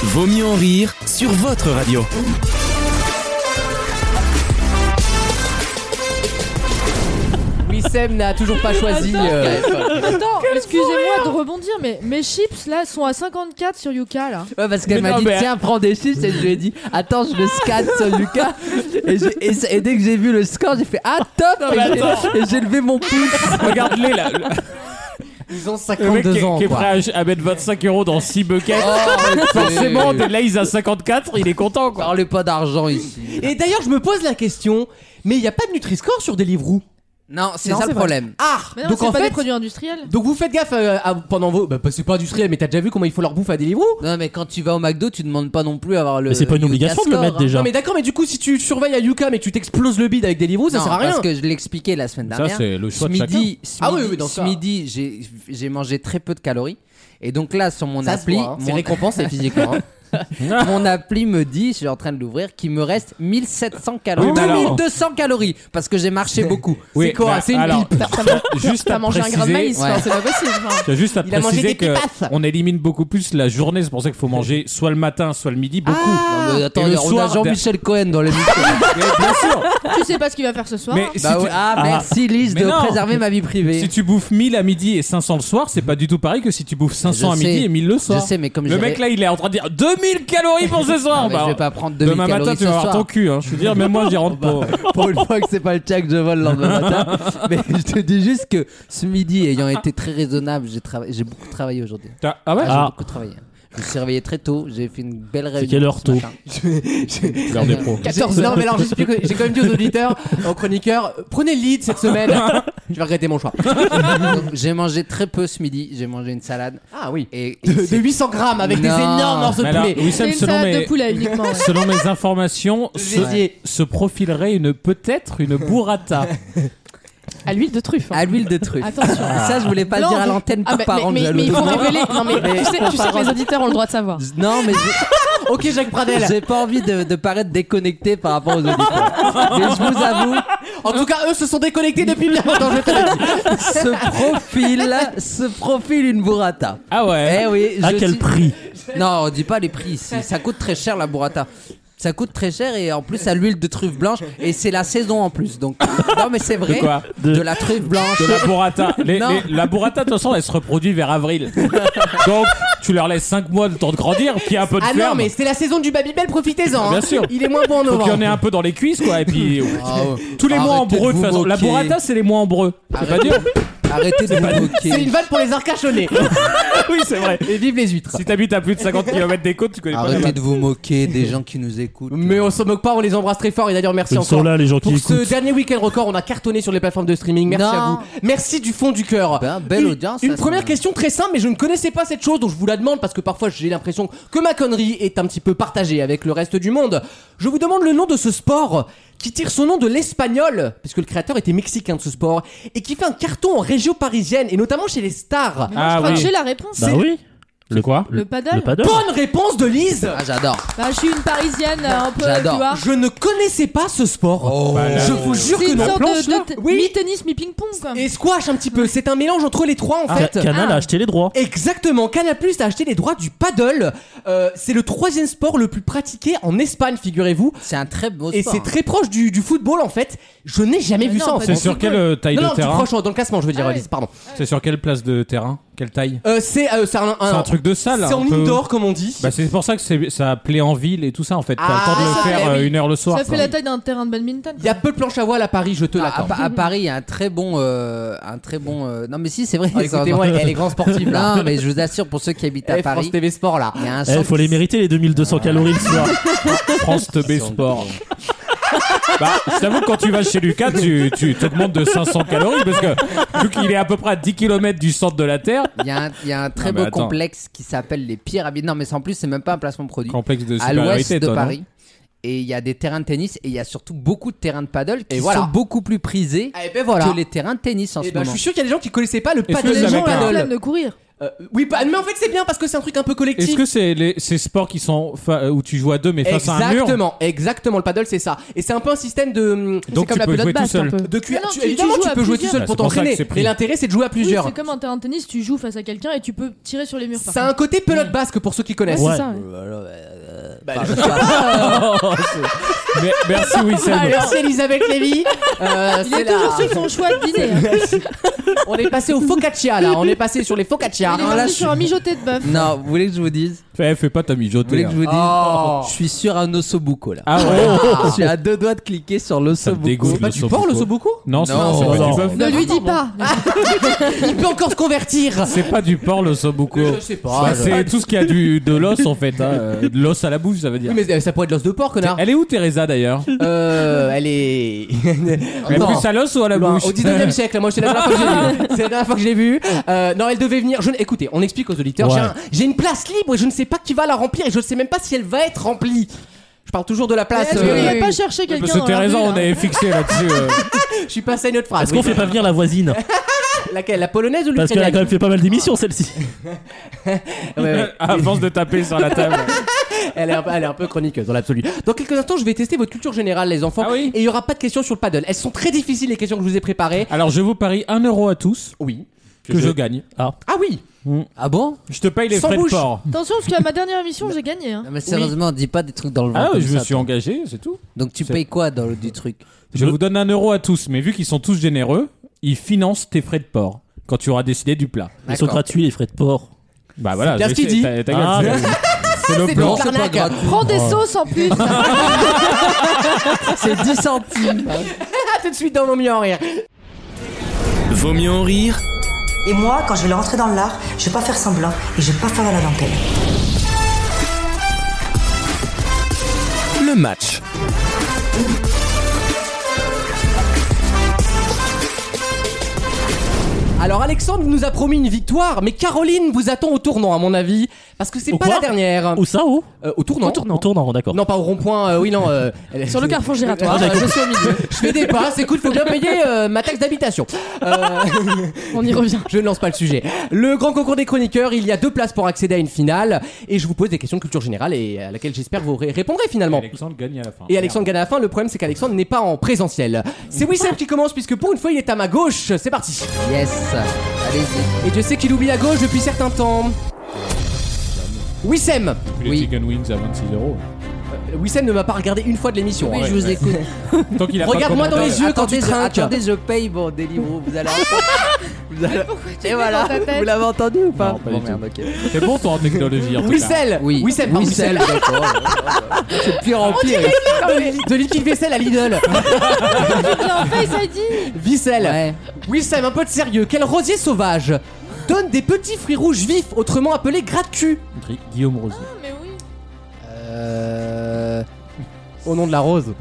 Speaker 1: Vaut mieux en rire sur votre radio.
Speaker 2: Wissem n'a toujours pas choisi.
Speaker 7: Attends.
Speaker 2: euh,
Speaker 7: Attends, excusez-moi de rebondir, mais mes chips là sont à 54 sur Yuka là.
Speaker 5: Ouais, parce qu'elle
Speaker 3: Mais
Speaker 5: m'a
Speaker 3: non,
Speaker 5: dit,
Speaker 3: mais-
Speaker 5: tiens, prends des chiffres. Et je lui ai dit, attends, je le scanne sur Lucas. Et, j'ai- et ça- et dès que j'ai vu le score, j'ai fait, ah top
Speaker 3: mais
Speaker 5: Et j'ai-
Speaker 3: attends.
Speaker 5: Et j'ai levé mon pouce.
Speaker 3: Regarde-les là.
Speaker 2: Ils ont
Speaker 3: Le mec
Speaker 2: 52
Speaker 3: qui,
Speaker 2: ans.
Speaker 3: qui est
Speaker 2: quoi.
Speaker 3: prêt à, à mettre 25 euros dans 6
Speaker 5: Oh,
Speaker 3: buckets. Forcément,
Speaker 2: Oh.
Speaker 5: Forcément,
Speaker 3: t'es là, ils à 54, il est content quoi.
Speaker 5: parlez pas d'argent ici.
Speaker 2: Et d'ailleurs, je me pose la question. Mais il n'y a pas de Nutri-Score sur Deliveroo.
Speaker 5: Non, c'est
Speaker 4: Non,
Speaker 5: ça
Speaker 4: c'est
Speaker 5: le
Speaker 4: vrai.
Speaker 5: problème.
Speaker 2: Ah.
Speaker 7: Mais non,
Speaker 2: donc
Speaker 7: c'est
Speaker 2: en
Speaker 7: pas
Speaker 2: fait.
Speaker 7: des produits industriels.
Speaker 2: Donc vous faites gaffe euh, à- pendant vos. Bah, c'est pas industriel, mais t'as déjà vu comment ils font leur bouffe à Deliveroo
Speaker 5: Non, mais quand tu vas au McDo, tu demandes pas non plus à avoir le.
Speaker 6: Mais c'est pas une obligation de le
Speaker 5: score,
Speaker 6: mettre
Speaker 5: hein.
Speaker 6: déjà.
Speaker 2: Non mais d'accord, mais du coup si tu surveilles à Yuka mais que tu t'exploses le bide avec Deliveroo, ça
Speaker 5: hein. Non,
Speaker 2: sert à rien.
Speaker 5: Parce que je l'expliquais la semaine
Speaker 3: Ça,
Speaker 5: dernière.
Speaker 3: c'est le
Speaker 5: Ce
Speaker 3: choix de chacun.
Speaker 5: midi, ce
Speaker 2: Ah oui,
Speaker 5: midi-
Speaker 2: oui, dans
Speaker 5: ce
Speaker 2: ça.
Speaker 5: midi, j'ai- j'ai mangé très peu de calories. Et donc là, sur mon
Speaker 2: Ça se
Speaker 5: appli,
Speaker 2: voit, hein. C'est
Speaker 5: mon-
Speaker 2: récompensé physiquement. hein.
Speaker 5: mon appli me dit, je suis en train de l'ouvrir, qu'il me reste 1700 calories.
Speaker 3: Oui, mais alors-
Speaker 5: 2200 calories parce que j'ai marché beaucoup.
Speaker 3: Oui,
Speaker 5: c'est quoi
Speaker 3: mais
Speaker 5: C'est une
Speaker 3: alors,
Speaker 5: pipe.
Speaker 3: Juste à
Speaker 4: T'as mangé un grain de
Speaker 3: préciser-
Speaker 4: maïs, enfin,
Speaker 5: Ouais.
Speaker 4: c'est pas possible. enfin.
Speaker 3: Tu as juste à
Speaker 2: Il a mangé
Speaker 3: préciser
Speaker 2: des
Speaker 3: que
Speaker 2: pipasses.
Speaker 3: on élimine beaucoup plus la journée, c'est pour ça qu'il faut manger soit le matin, soit le midi, beaucoup.
Speaker 5: Non, mais attends,
Speaker 3: Et le
Speaker 5: on
Speaker 3: soir,
Speaker 5: a Jean-Michel Cohen dans l'émission.
Speaker 3: Mais bien sûr.
Speaker 7: Tu sais pas ce qu'il va faire ce soir.
Speaker 3: Mais si,
Speaker 5: Ah. Bah
Speaker 3: tu,
Speaker 5: ouais, Ah, merci Lise
Speaker 3: Mais
Speaker 5: de
Speaker 3: non.
Speaker 5: préserver ma vie privée.
Speaker 3: si tu bouffes 1000 à midi et 500 le soir, c'est pas du tout pareil que si tu bouffes 500 à
Speaker 5: Je
Speaker 3: midi
Speaker 5: sais.
Speaker 3: et 1000 le
Speaker 5: je
Speaker 3: soir.
Speaker 5: sais, mais comme
Speaker 3: Le
Speaker 5: j'avais-
Speaker 3: mec là, il est en train de dire 2000 calories pour ce soir.
Speaker 5: Non, mais
Speaker 3: Bah,
Speaker 5: je vais pas prendre 2000
Speaker 3: Demain
Speaker 5: calories
Speaker 3: matin, tu vas
Speaker 5: ce
Speaker 3: avoir
Speaker 5: soir. Bah.
Speaker 3: ton cul, hein. je veux dire, même moi j'y rentre pas.
Speaker 5: pour une fois que c'est pas le chat que je vole le lendemain matin. Mais je te dis juste que ce midi, ayant été très raisonnable, j'ai trava- j'ai beaucoup travaillé aujourd'hui.
Speaker 3: T'as- Ah ouais
Speaker 5: Ah,
Speaker 6: Ah.
Speaker 5: J'ai beaucoup travaillé. Je me suis réveillé très tôt, j'ai fait une belle réunion.
Speaker 6: quelle heure
Speaker 5: ce
Speaker 6: tôt
Speaker 5: matin.
Speaker 3: L'heure des pros.
Speaker 2: 14 Non mais alors j'explique, j'ai quand même dit aux auditeurs, aux chroniqueurs, euh, prenez le lead cette semaine. Je vais regretter mon choix.
Speaker 5: Donc, J'ai mangé très peu ce midi, j'ai mangé une salade
Speaker 2: Ah oui.
Speaker 5: et et
Speaker 2: De, de
Speaker 5: c'est-
Speaker 2: 800 grammes avec des
Speaker 5: Non.
Speaker 2: énormes morceaux de
Speaker 3: Mais alors,
Speaker 2: poulet.
Speaker 3: Wissem,
Speaker 7: c'est une
Speaker 3: selon
Speaker 7: salade
Speaker 3: mes,
Speaker 7: de poulet uniquement. ouais.
Speaker 3: selon mes informations, se,
Speaker 2: Génier.
Speaker 3: se profilerait une peut-être une burrata.
Speaker 4: À l'huile de truffe. hein.
Speaker 5: à l'huile de truffe.
Speaker 4: Attention.
Speaker 5: Ça, je voulais pas le
Speaker 4: Non,
Speaker 5: dire à
Speaker 4: mais-
Speaker 5: l'antenne
Speaker 4: Ah,
Speaker 5: par
Speaker 4: mais,
Speaker 5: parents
Speaker 4: mais- mais-
Speaker 5: jaloux.
Speaker 4: mais il faut
Speaker 5: Non.
Speaker 4: révéler. Non, mais tu sais, tu sais que les auditeurs ont le droit de savoir.
Speaker 5: Non, mais j'ai-
Speaker 2: Ok Jacques Pradel.
Speaker 5: j'ai pas envie de, de paraître déconnecté par rapport aux auditeurs. Mais je vous avoue,
Speaker 2: En tout cas eux se sont déconnectés depuis bien longtemps. Je te le dis.
Speaker 5: ce profil, ce profil une burrata.
Speaker 3: Ah ouais.
Speaker 5: Eh oui,
Speaker 6: À
Speaker 5: je
Speaker 6: quel
Speaker 5: suis-
Speaker 6: prix
Speaker 5: Non, on dit pas les prix ici. Ça coûte très cher la burrata. Ça coûte très cher et en plus à l'huile de truffe blanche et c'est la saison en plus. Donc non mais c'est vrai.
Speaker 3: De quoi
Speaker 5: De la truffe blanche.
Speaker 3: De la burrata. Les-
Speaker 5: Non.
Speaker 3: les- la burrata, de toute façon, elle se reproduit vers avril. Donc, tu leur laisses 5 mois de temps de grandir, puis un peu de
Speaker 2: Ah non
Speaker 3: ferme.
Speaker 2: mais c'est la saison du Babybel, profitez-en. hein.
Speaker 3: Bien sûr.
Speaker 2: Il est moins bon en
Speaker 3: Faut qu'il y en
Speaker 2: novembre.
Speaker 3: ait un peu dans les cuisses, quoi. Et puis, euh,
Speaker 5: Ah
Speaker 3: tous les mois en
Speaker 5: Arrêtez de
Speaker 3: breu, de
Speaker 5: vous
Speaker 3: toute façon. La
Speaker 5: moquer. Ah
Speaker 3: burrata, c'est les mois en breu. C'est pas dur
Speaker 5: Arrêtez de vous
Speaker 2: C'est une
Speaker 5: moquer.
Speaker 2: vanne pour les arcachonnés.
Speaker 3: Oui, c'est vrai.
Speaker 2: Et vive les huîtres.
Speaker 3: Si t'habites à plus de 50 km des côtes, tu connais pas la
Speaker 5: Arrêtez de vous moquer des gens qui nous écoutent.
Speaker 2: Mais on se moque pas, on les embrasse très fort et d'ailleurs merci
Speaker 6: Ils
Speaker 2: encore.
Speaker 6: sont là, les gens qui
Speaker 2: Pour ce
Speaker 6: écoutent.
Speaker 2: dernier week-end record, on a cartonné sur les plateformes de streaming. Merci
Speaker 5: Non.
Speaker 2: à vous. Merci du fond du cœur.
Speaker 5: Ben, belle
Speaker 2: Une-
Speaker 5: audience,
Speaker 2: Une
Speaker 5: ça,
Speaker 2: première
Speaker 5: c'est-
Speaker 2: question très simple, mais je ne connaissais pas cette chose, donc je vous la demande parce que parfois j'ai l'impression que ma connerie est un petit peu partagée avec le reste du monde. Je vous demande le nom de ce sport qui tire son nom de l'espagnol, puisque le créateur était mexicain de ce sport, et qui fait un carton en région parisienne, et notamment chez les stars.
Speaker 7: Mais non, je
Speaker 3: Ah
Speaker 7: crois
Speaker 3: oui.
Speaker 7: que j'ai la réponse.
Speaker 6: Bah oui. Le quoi
Speaker 7: Le paddle
Speaker 6: Le paddle
Speaker 2: Bonne réponse de Lise
Speaker 5: Ah, j'adore.
Speaker 7: Bah, je suis une parisienne euh, un peu, tu
Speaker 5: J'adore.
Speaker 7: vois.
Speaker 2: Je ne connaissais pas ce sport.
Speaker 5: Oh.
Speaker 2: je vous jure
Speaker 7: C'est
Speaker 2: que
Speaker 7: une
Speaker 2: non.
Speaker 7: sorte
Speaker 2: Planche, là
Speaker 7: de, de-
Speaker 2: Oui.
Speaker 7: mi-tennis, mi-ping-pong. quoi.
Speaker 2: Et squash un petit peu. C'est un mélange entre les trois en
Speaker 6: Ca-
Speaker 2: fait.
Speaker 6: Canal
Speaker 7: Ah.
Speaker 6: a acheté les droits.
Speaker 2: Exactement, Canal Plus a acheté les droits du paddle. Euh, c'est le troisième sport le plus pratiqué en Espagne, figurez-vous.
Speaker 5: C'est un très beau sport.
Speaker 2: Et c'est très proche du, du football en fait. Je n'ai jamais
Speaker 7: Mais
Speaker 2: vu
Speaker 7: non,
Speaker 2: ça en fait.
Speaker 7: pas
Speaker 3: C'est
Speaker 7: du
Speaker 3: sur
Speaker 7: football.
Speaker 3: quelle euh, taille
Speaker 2: Non, non,
Speaker 3: de
Speaker 2: tu
Speaker 3: terrain
Speaker 2: proches dans le classement, je veux dire,
Speaker 7: Ah ouais.
Speaker 2: Alice, pardon.
Speaker 3: C'est sur quelle place de terrain Quelle taille
Speaker 2: Euh, c'est euh, c'est un, un-
Speaker 3: C'est un truc de salle.
Speaker 2: C'est
Speaker 3: un
Speaker 2: en
Speaker 3: peu.
Speaker 2: indoor comme on dit.
Speaker 3: Bah, c'est pour ça que c'est- ça plaît en ville et tout ça en fait. T'as
Speaker 2: Ah,
Speaker 3: le temps de
Speaker 7: ça,
Speaker 3: le faire
Speaker 7: mais
Speaker 3: euh,
Speaker 7: oui.
Speaker 3: une heure le soir.
Speaker 7: Ça fait
Speaker 3: quoi.
Speaker 7: la taille d'un terrain de badminton.
Speaker 2: Il y a peu de planches à voile à Paris, je te
Speaker 5: Non, Bah, à,
Speaker 2: l'accorde.
Speaker 5: Pa- à Paris, il y a un très bon, euh, un très bon. euh, Non, mais si, c'est vrai.
Speaker 2: Ah,
Speaker 5: ça-
Speaker 2: écoutez-moi, elle est grande sportive là.
Speaker 5: Non, mais je vous assure, pour ceux qui habitent à
Speaker 2: Eh, France
Speaker 5: Paris,
Speaker 2: TV Sport là.
Speaker 5: il y a un
Speaker 6: Il
Speaker 5: centre
Speaker 6: Eh, faut les mériter les 2200 calories le soir.
Speaker 3: France TB Sport. Bah, je t'avoue que quand tu vas chez Lucas, tu, tu t'augmentes de 500 calories parce que vu qu'il est à peu près à 10 km du centre de la Terre,
Speaker 5: Il y, a un- il y a un très
Speaker 3: Non, mais
Speaker 5: beau
Speaker 3: attends.
Speaker 5: complexe qui s'appelle les Pyramides. Non, mais c'est- en plus, c'est même pas un placement produit.
Speaker 3: complexe de
Speaker 5: à l'ouest
Speaker 3: supériorité,
Speaker 5: de
Speaker 3: toi, non
Speaker 5: Paris. Et il y a des terrains de tennis et il y a surtout beaucoup de terrains de paddle qui
Speaker 2: Et voilà.
Speaker 5: sont beaucoup plus prisés
Speaker 2: Eh ben voilà.
Speaker 5: que les terrains de tennis en
Speaker 2: Eh
Speaker 5: ce
Speaker 2: ben, je
Speaker 5: moment.
Speaker 2: suis sûr qu'il y a des gens qui connaissaient pas le
Speaker 3: Est-ce
Speaker 2: paddle.
Speaker 3: que
Speaker 7: Les
Speaker 3: vous
Speaker 2: le
Speaker 7: gens ont
Speaker 3: avez
Speaker 7: la
Speaker 3: pas-
Speaker 7: flemme
Speaker 2: paddle.
Speaker 7: de courir.
Speaker 2: Euh, oui, pa- mais en fait c'est bien parce que c'est un truc un peu collectif.
Speaker 3: Est-ce que c'est les, ces sports qui sont fa- où tu joues à deux mais face à un mur
Speaker 2: Exactement, exactement, le paddle c'est ça. Et c'est un peu un système de. hum,
Speaker 3: Donc
Speaker 7: comme
Speaker 3: tu
Speaker 7: la
Speaker 3: peux
Speaker 7: pelote
Speaker 3: jouer tout
Speaker 7: basse, un
Speaker 3: seul.
Speaker 7: peu.
Speaker 2: de cuir.
Speaker 7: Mais
Speaker 2: tu,
Speaker 7: non, tu- tu
Speaker 2: évidemment,
Speaker 7: joues
Speaker 2: tu
Speaker 7: à
Speaker 2: peux jouer tout
Speaker 7: plusieurs.
Speaker 2: seul
Speaker 3: Bah,
Speaker 2: pour
Speaker 3: c'est pour ça que
Speaker 2: t'entraîner.
Speaker 3: c'est pris.
Speaker 2: Mais l'intérêt c'est de jouer à
Speaker 7: Oui,
Speaker 2: plusieurs.
Speaker 7: c'est comme un terrain de tennis, tu joues face à quelqu'un et tu peux tirer sur les murs. par
Speaker 2: Ça a un côté pelote basque pour ceux qui connaissent.
Speaker 6: Ouais.
Speaker 7: ça, ouais.
Speaker 2: Bah,
Speaker 3: Mais- Merci Wissem.
Speaker 2: Merci Elisabeth Lévy. Euh,
Speaker 7: Il
Speaker 2: c'est
Speaker 7: est
Speaker 2: la-
Speaker 7: toujours sur son choix de dîner. hein.
Speaker 2: On est passé au focaccia là, on est passé sur les focaccia.
Speaker 7: Il est parti sur un mijoté de bœuf.
Speaker 5: Non, vous voulez que je vous dise
Speaker 3: Fais, fais pas ta
Speaker 5: Vous voulez
Speaker 3: mijotée.
Speaker 5: que je vous dise
Speaker 2: Oh.
Speaker 5: Je suis sur un ossobuco là.
Speaker 3: Ah ouais
Speaker 5: Je suis à deux doigts de cliquer sur
Speaker 3: Ça me
Speaker 5: l'ossobuco.
Speaker 3: dégoûte le
Speaker 2: Tu portes le sobuco
Speaker 3: Non, c'est
Speaker 5: Non,
Speaker 3: c'est pas
Speaker 6: non.
Speaker 3: du bœuf.
Speaker 7: Ne lui dis pas.
Speaker 2: Il peut encore se convertir.
Speaker 3: C'est pas du porc le sobuco.
Speaker 2: Je Ah, sais pas,
Speaker 3: Bah,
Speaker 2: je-
Speaker 3: c'est tout ce qu'il y a du, de l'os en fait. hein, euh, De l'os à la bouche, ça veut
Speaker 2: Oui,
Speaker 3: dire.
Speaker 2: mais euh, ça pourrait être l'os de porc, connard.
Speaker 3: Elle est où Teresa d'ailleurs
Speaker 2: Euh, elle est.
Speaker 3: Elle est
Speaker 2: Non.
Speaker 3: plus à l'os ou à la
Speaker 2: Loin.
Speaker 6: Bah,
Speaker 3: bouche
Speaker 2: Au 19 e siècle, moi c'est la dernière fois que j'ai vu. C'est la dernière fois que je l'ai vu. Euh, non, elle devait venir. Je... n- Écoutez, on explique aux auditeurs.
Speaker 6: Ouais.
Speaker 2: J'ai, un- j'ai une place libre et je ne sais pas qui va la remplir et je ne sais même pas si elle va être remplie. Je parle toujours de la place.
Speaker 7: Est-ce
Speaker 2: euh,
Speaker 7: qu'on n'a pas cherché quelqu'un
Speaker 3: Parce que
Speaker 7: dans la
Speaker 3: Teresa,
Speaker 7: rue,
Speaker 2: hein.
Speaker 3: on
Speaker 7: là
Speaker 3: avait fixé là-dessus. euh.
Speaker 2: Je suis passé à une autre phrase.
Speaker 6: Est-ce qu'on
Speaker 2: oui.
Speaker 6: fait pas venir la voisine
Speaker 2: Laquelle La polonaise ou
Speaker 6: Parce qu'elle a
Speaker 2: l'ukrainienne
Speaker 6: quand même fait pas mal d'émissions celle-ci.
Speaker 2: Ouais, ouais.
Speaker 3: À force de taper sur la table.
Speaker 2: elle, est un peu, elle est un peu chroniqueuse dans l'absolu. Dans quelques instants, je vais tester votre culture générale, les enfants.
Speaker 3: Ah oui
Speaker 2: Et il n'y aura pas de questions sur le paddle. Elles sont très difficiles, les questions que je vous ai préparées.
Speaker 3: Alors je vous parie 1 euro à tous
Speaker 2: Oui.
Speaker 3: que je gagne.
Speaker 2: Ah oui
Speaker 5: Ah bon
Speaker 3: Je te paye les
Speaker 2: Sans
Speaker 3: frais
Speaker 2: bouche.
Speaker 3: de porc.
Speaker 7: Attention, parce qu'à ma dernière émission, j'ai gagné. hein.
Speaker 5: Non, Ah, mais sérieusement, dis pas des trucs dans le vent.
Speaker 3: Ah,
Speaker 5: comme
Speaker 3: je me
Speaker 5: ça,
Speaker 3: suis
Speaker 5: toi.
Speaker 3: engagé, c'est tout.
Speaker 5: Donc tu
Speaker 3: C'est-
Speaker 5: payes quoi dans le du truc
Speaker 3: Je vous donne un euro à tous, mais vu qu'ils sont tous généreux, ils financent tes frais de porc quand tu auras décidé du plat.
Speaker 6: Ils sont
Speaker 5: D'accord.
Speaker 6: gratuits les frais de porc.
Speaker 3: Bah voilà,
Speaker 2: bien
Speaker 3: je
Speaker 2: ce qu'il
Speaker 3: sais,
Speaker 2: dit.
Speaker 3: ta- ta gueule,
Speaker 6: Ah,
Speaker 3: c'est- c'est le
Speaker 2: C'est
Speaker 3: plan.
Speaker 2: bon.
Speaker 5: c'est pas
Speaker 2: Arnaque.
Speaker 5: gratuit.
Speaker 7: Prends des sauces en plus.
Speaker 5: C'est 10 centimes.
Speaker 2: Ah, tout de suite dans mon mieux en rire.
Speaker 1: Vaut mieux en rire
Speaker 9: Et moi, quand je vais rentrer dans l'art, je vais pas faire semblant et je vais pas faire la dentelle.
Speaker 1: le match.
Speaker 2: Alors Alexandre nous a promis une victoire, mais Caroline vous attend au tournant à mon avis, parce que c'est
Speaker 6: Au
Speaker 2: pas
Speaker 6: quoi
Speaker 2: la dernière.
Speaker 6: Où ça, où
Speaker 2: Euh, au tournant.
Speaker 6: En tournant, d'accord.
Speaker 2: Non pas au rond-point. euh, oui non. euh, elle-
Speaker 7: Sur le carrefour giratoire.
Speaker 2: Ah, je suis au milieu. Je fais des passes. Écoute, faut bien payer euh, ma taxe d'habitation. Euh,
Speaker 7: On y revient.
Speaker 2: je ne lance pas le sujet. Le grand concours des chroniqueurs. Il y a deux places pour accéder à une finale, et je vous pose des questions de culture générale et à laquelle j'espère vous ré- répondrez finalement.
Speaker 3: Alexandre gagne à la fin.
Speaker 2: Et Alexandre gagne à la fin. Le problème, c'est qu'Alexandre n'est pas en présentiel. C'est Wissem qui commence, puisque pour une fois, il est à ma gauche. C'est parti.
Speaker 5: Yes. Allez-y.
Speaker 2: Et je sais qu'il oublie la gauche depuis certains temps. Wissem
Speaker 3: Puis les
Speaker 5: Oui.
Speaker 3: Chicken Wings à 26 euros.
Speaker 2: Euh, Wissem ne m'a pas regardé une fois de l'émission.
Speaker 5: Oui,
Speaker 2: hein.
Speaker 5: je vous écoute.
Speaker 3: Tant qu'il a pas de
Speaker 2: Regarde-moi dans
Speaker 3: commentaire.
Speaker 2: les yeux quand tu
Speaker 5: Attendez, je-
Speaker 2: trinques.
Speaker 5: Attendez, je paye mon Deliveroo. Vous allez. vous allez...
Speaker 7: tu
Speaker 5: Et
Speaker 7: le mets
Speaker 5: voilà.
Speaker 7: dans ta tête
Speaker 5: Vous l'avez entendu ou pas
Speaker 3: Non, pas
Speaker 5: Bon,
Speaker 3: du
Speaker 5: merde, ok.
Speaker 3: C'est bon toi en technologie en tout cas.
Speaker 2: Wissel
Speaker 5: Oui.
Speaker 2: Wissem, pardon,
Speaker 5: Wissel,
Speaker 2: Wissel. Oh,
Speaker 5: d'accord. C'est de pire en pire.
Speaker 2: De liquide vaisselle à Lidl.
Speaker 7: Et en Face ID.
Speaker 2: Wissel
Speaker 5: Ouais.
Speaker 2: Wissem, un peu de sérieux. Quel rosier sauvage donne des petits fruits rouges vifs, autrement appelés gratte-cul
Speaker 3: Gri- Guillaume Rose.
Speaker 7: Ah, mais oui.
Speaker 2: Euh... Au nom de la rose.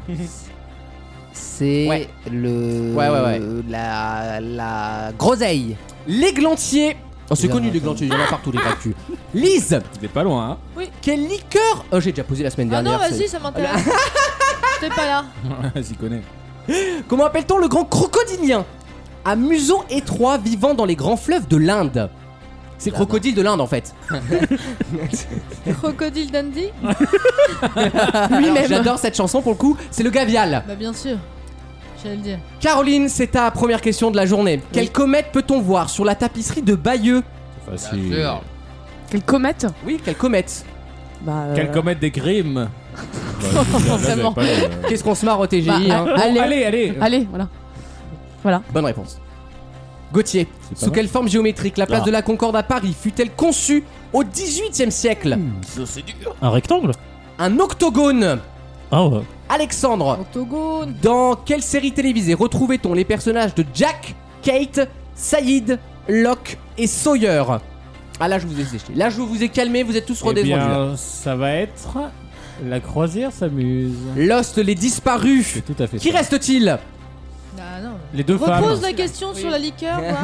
Speaker 5: C'est
Speaker 2: Ouais.
Speaker 5: le.
Speaker 2: Ouais, ouais, ouais.
Speaker 5: Euh, La, la groseille.
Speaker 2: L'églantier. Oh, c'est
Speaker 5: Là,
Speaker 2: connu
Speaker 5: attends.
Speaker 2: l'églantier, il y en a partout les gratte-culs. Lise
Speaker 3: T'es pas loin. hein.
Speaker 2: Quelle liqueur Oh, j'ai déjà posé la semaine
Speaker 7: Ah
Speaker 2: dernière.
Speaker 7: non,
Speaker 2: ça y est.
Speaker 7: vas-y, ça m'intéresse. T'es pas là.
Speaker 3: S'y connaît.
Speaker 2: Comment appelle-t-on le grand crocodilien Un museau étroit vivant dans les grands fleuves de l'Inde. C'est le crocodile de l'Inde en fait.
Speaker 7: Crocodile Dundee
Speaker 2: Alors, J'adore cette chanson pour le coup, c'est le gavial.
Speaker 7: Bah, bien sûr. J'allais le dire.
Speaker 2: Caroline, c'est ta première question de la journée. Quelle comète peut-on voir sur la tapisserie de Bayeux
Speaker 3: Facile.
Speaker 4: Quelle comète
Speaker 2: Oui, quelle comète
Speaker 4: Bah, euh,
Speaker 3: Quelle comète des Grimm
Speaker 4: Vraiment.
Speaker 3: hein.
Speaker 2: Qu'est-ce qu'on se marre au TGI
Speaker 4: Bah,
Speaker 2: hein
Speaker 7: ah.
Speaker 4: euh, allez,
Speaker 3: Allez, allez
Speaker 4: allez, voilà.
Speaker 2: Bonne réponse. Gauthier,
Speaker 3: C'est pas
Speaker 2: sous
Speaker 3: mal.
Speaker 2: quelle forme géométrique la place
Speaker 6: Ah.
Speaker 2: de la Concorde à Paris fut-elle conçue au XVIIIe siècle
Speaker 6: Un rectangle
Speaker 2: Un octogone
Speaker 6: Ah ouais.
Speaker 2: Alexandre,
Speaker 7: Octogone.
Speaker 2: dans quelle série télévisée retrouvait-on les personnages de Jack, Kate, Saïd, Locke et Sawyer Ah là, je vous ai séché. Là, je vous ai calmé, vous êtes tous
Speaker 3: Eh
Speaker 2: redescendus. là.
Speaker 3: bien, ça va être la croisière s'amuse.
Speaker 2: Lost, les disparus.
Speaker 3: C'est tout à fait.
Speaker 2: Qui
Speaker 3: ça.
Speaker 2: reste-t-il
Speaker 7: Ah non.
Speaker 3: Les deux femmes.
Speaker 7: Repose la question sur la liqueur. voir.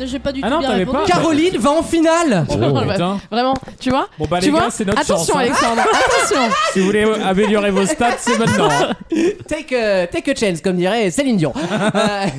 Speaker 7: J'ai pas du tout
Speaker 3: Ah non,
Speaker 7: bien
Speaker 3: t'avais
Speaker 7: répondu.
Speaker 3: pas.
Speaker 2: Caroline va en finale
Speaker 3: Oh,
Speaker 4: Oh,
Speaker 3: putain.
Speaker 4: Vraiment, tu vois
Speaker 3: Bon bah
Speaker 4: Tu
Speaker 3: les
Speaker 4: vois
Speaker 3: gars, c'est notre
Speaker 4: Attention,
Speaker 3: chance. hein.
Speaker 4: Alexandre, attention
Speaker 3: Si vous voulez améliorer vos stats, c'est maintenant. hein.
Speaker 2: take a, take a chance, comme dirait Céline Dion. Euh,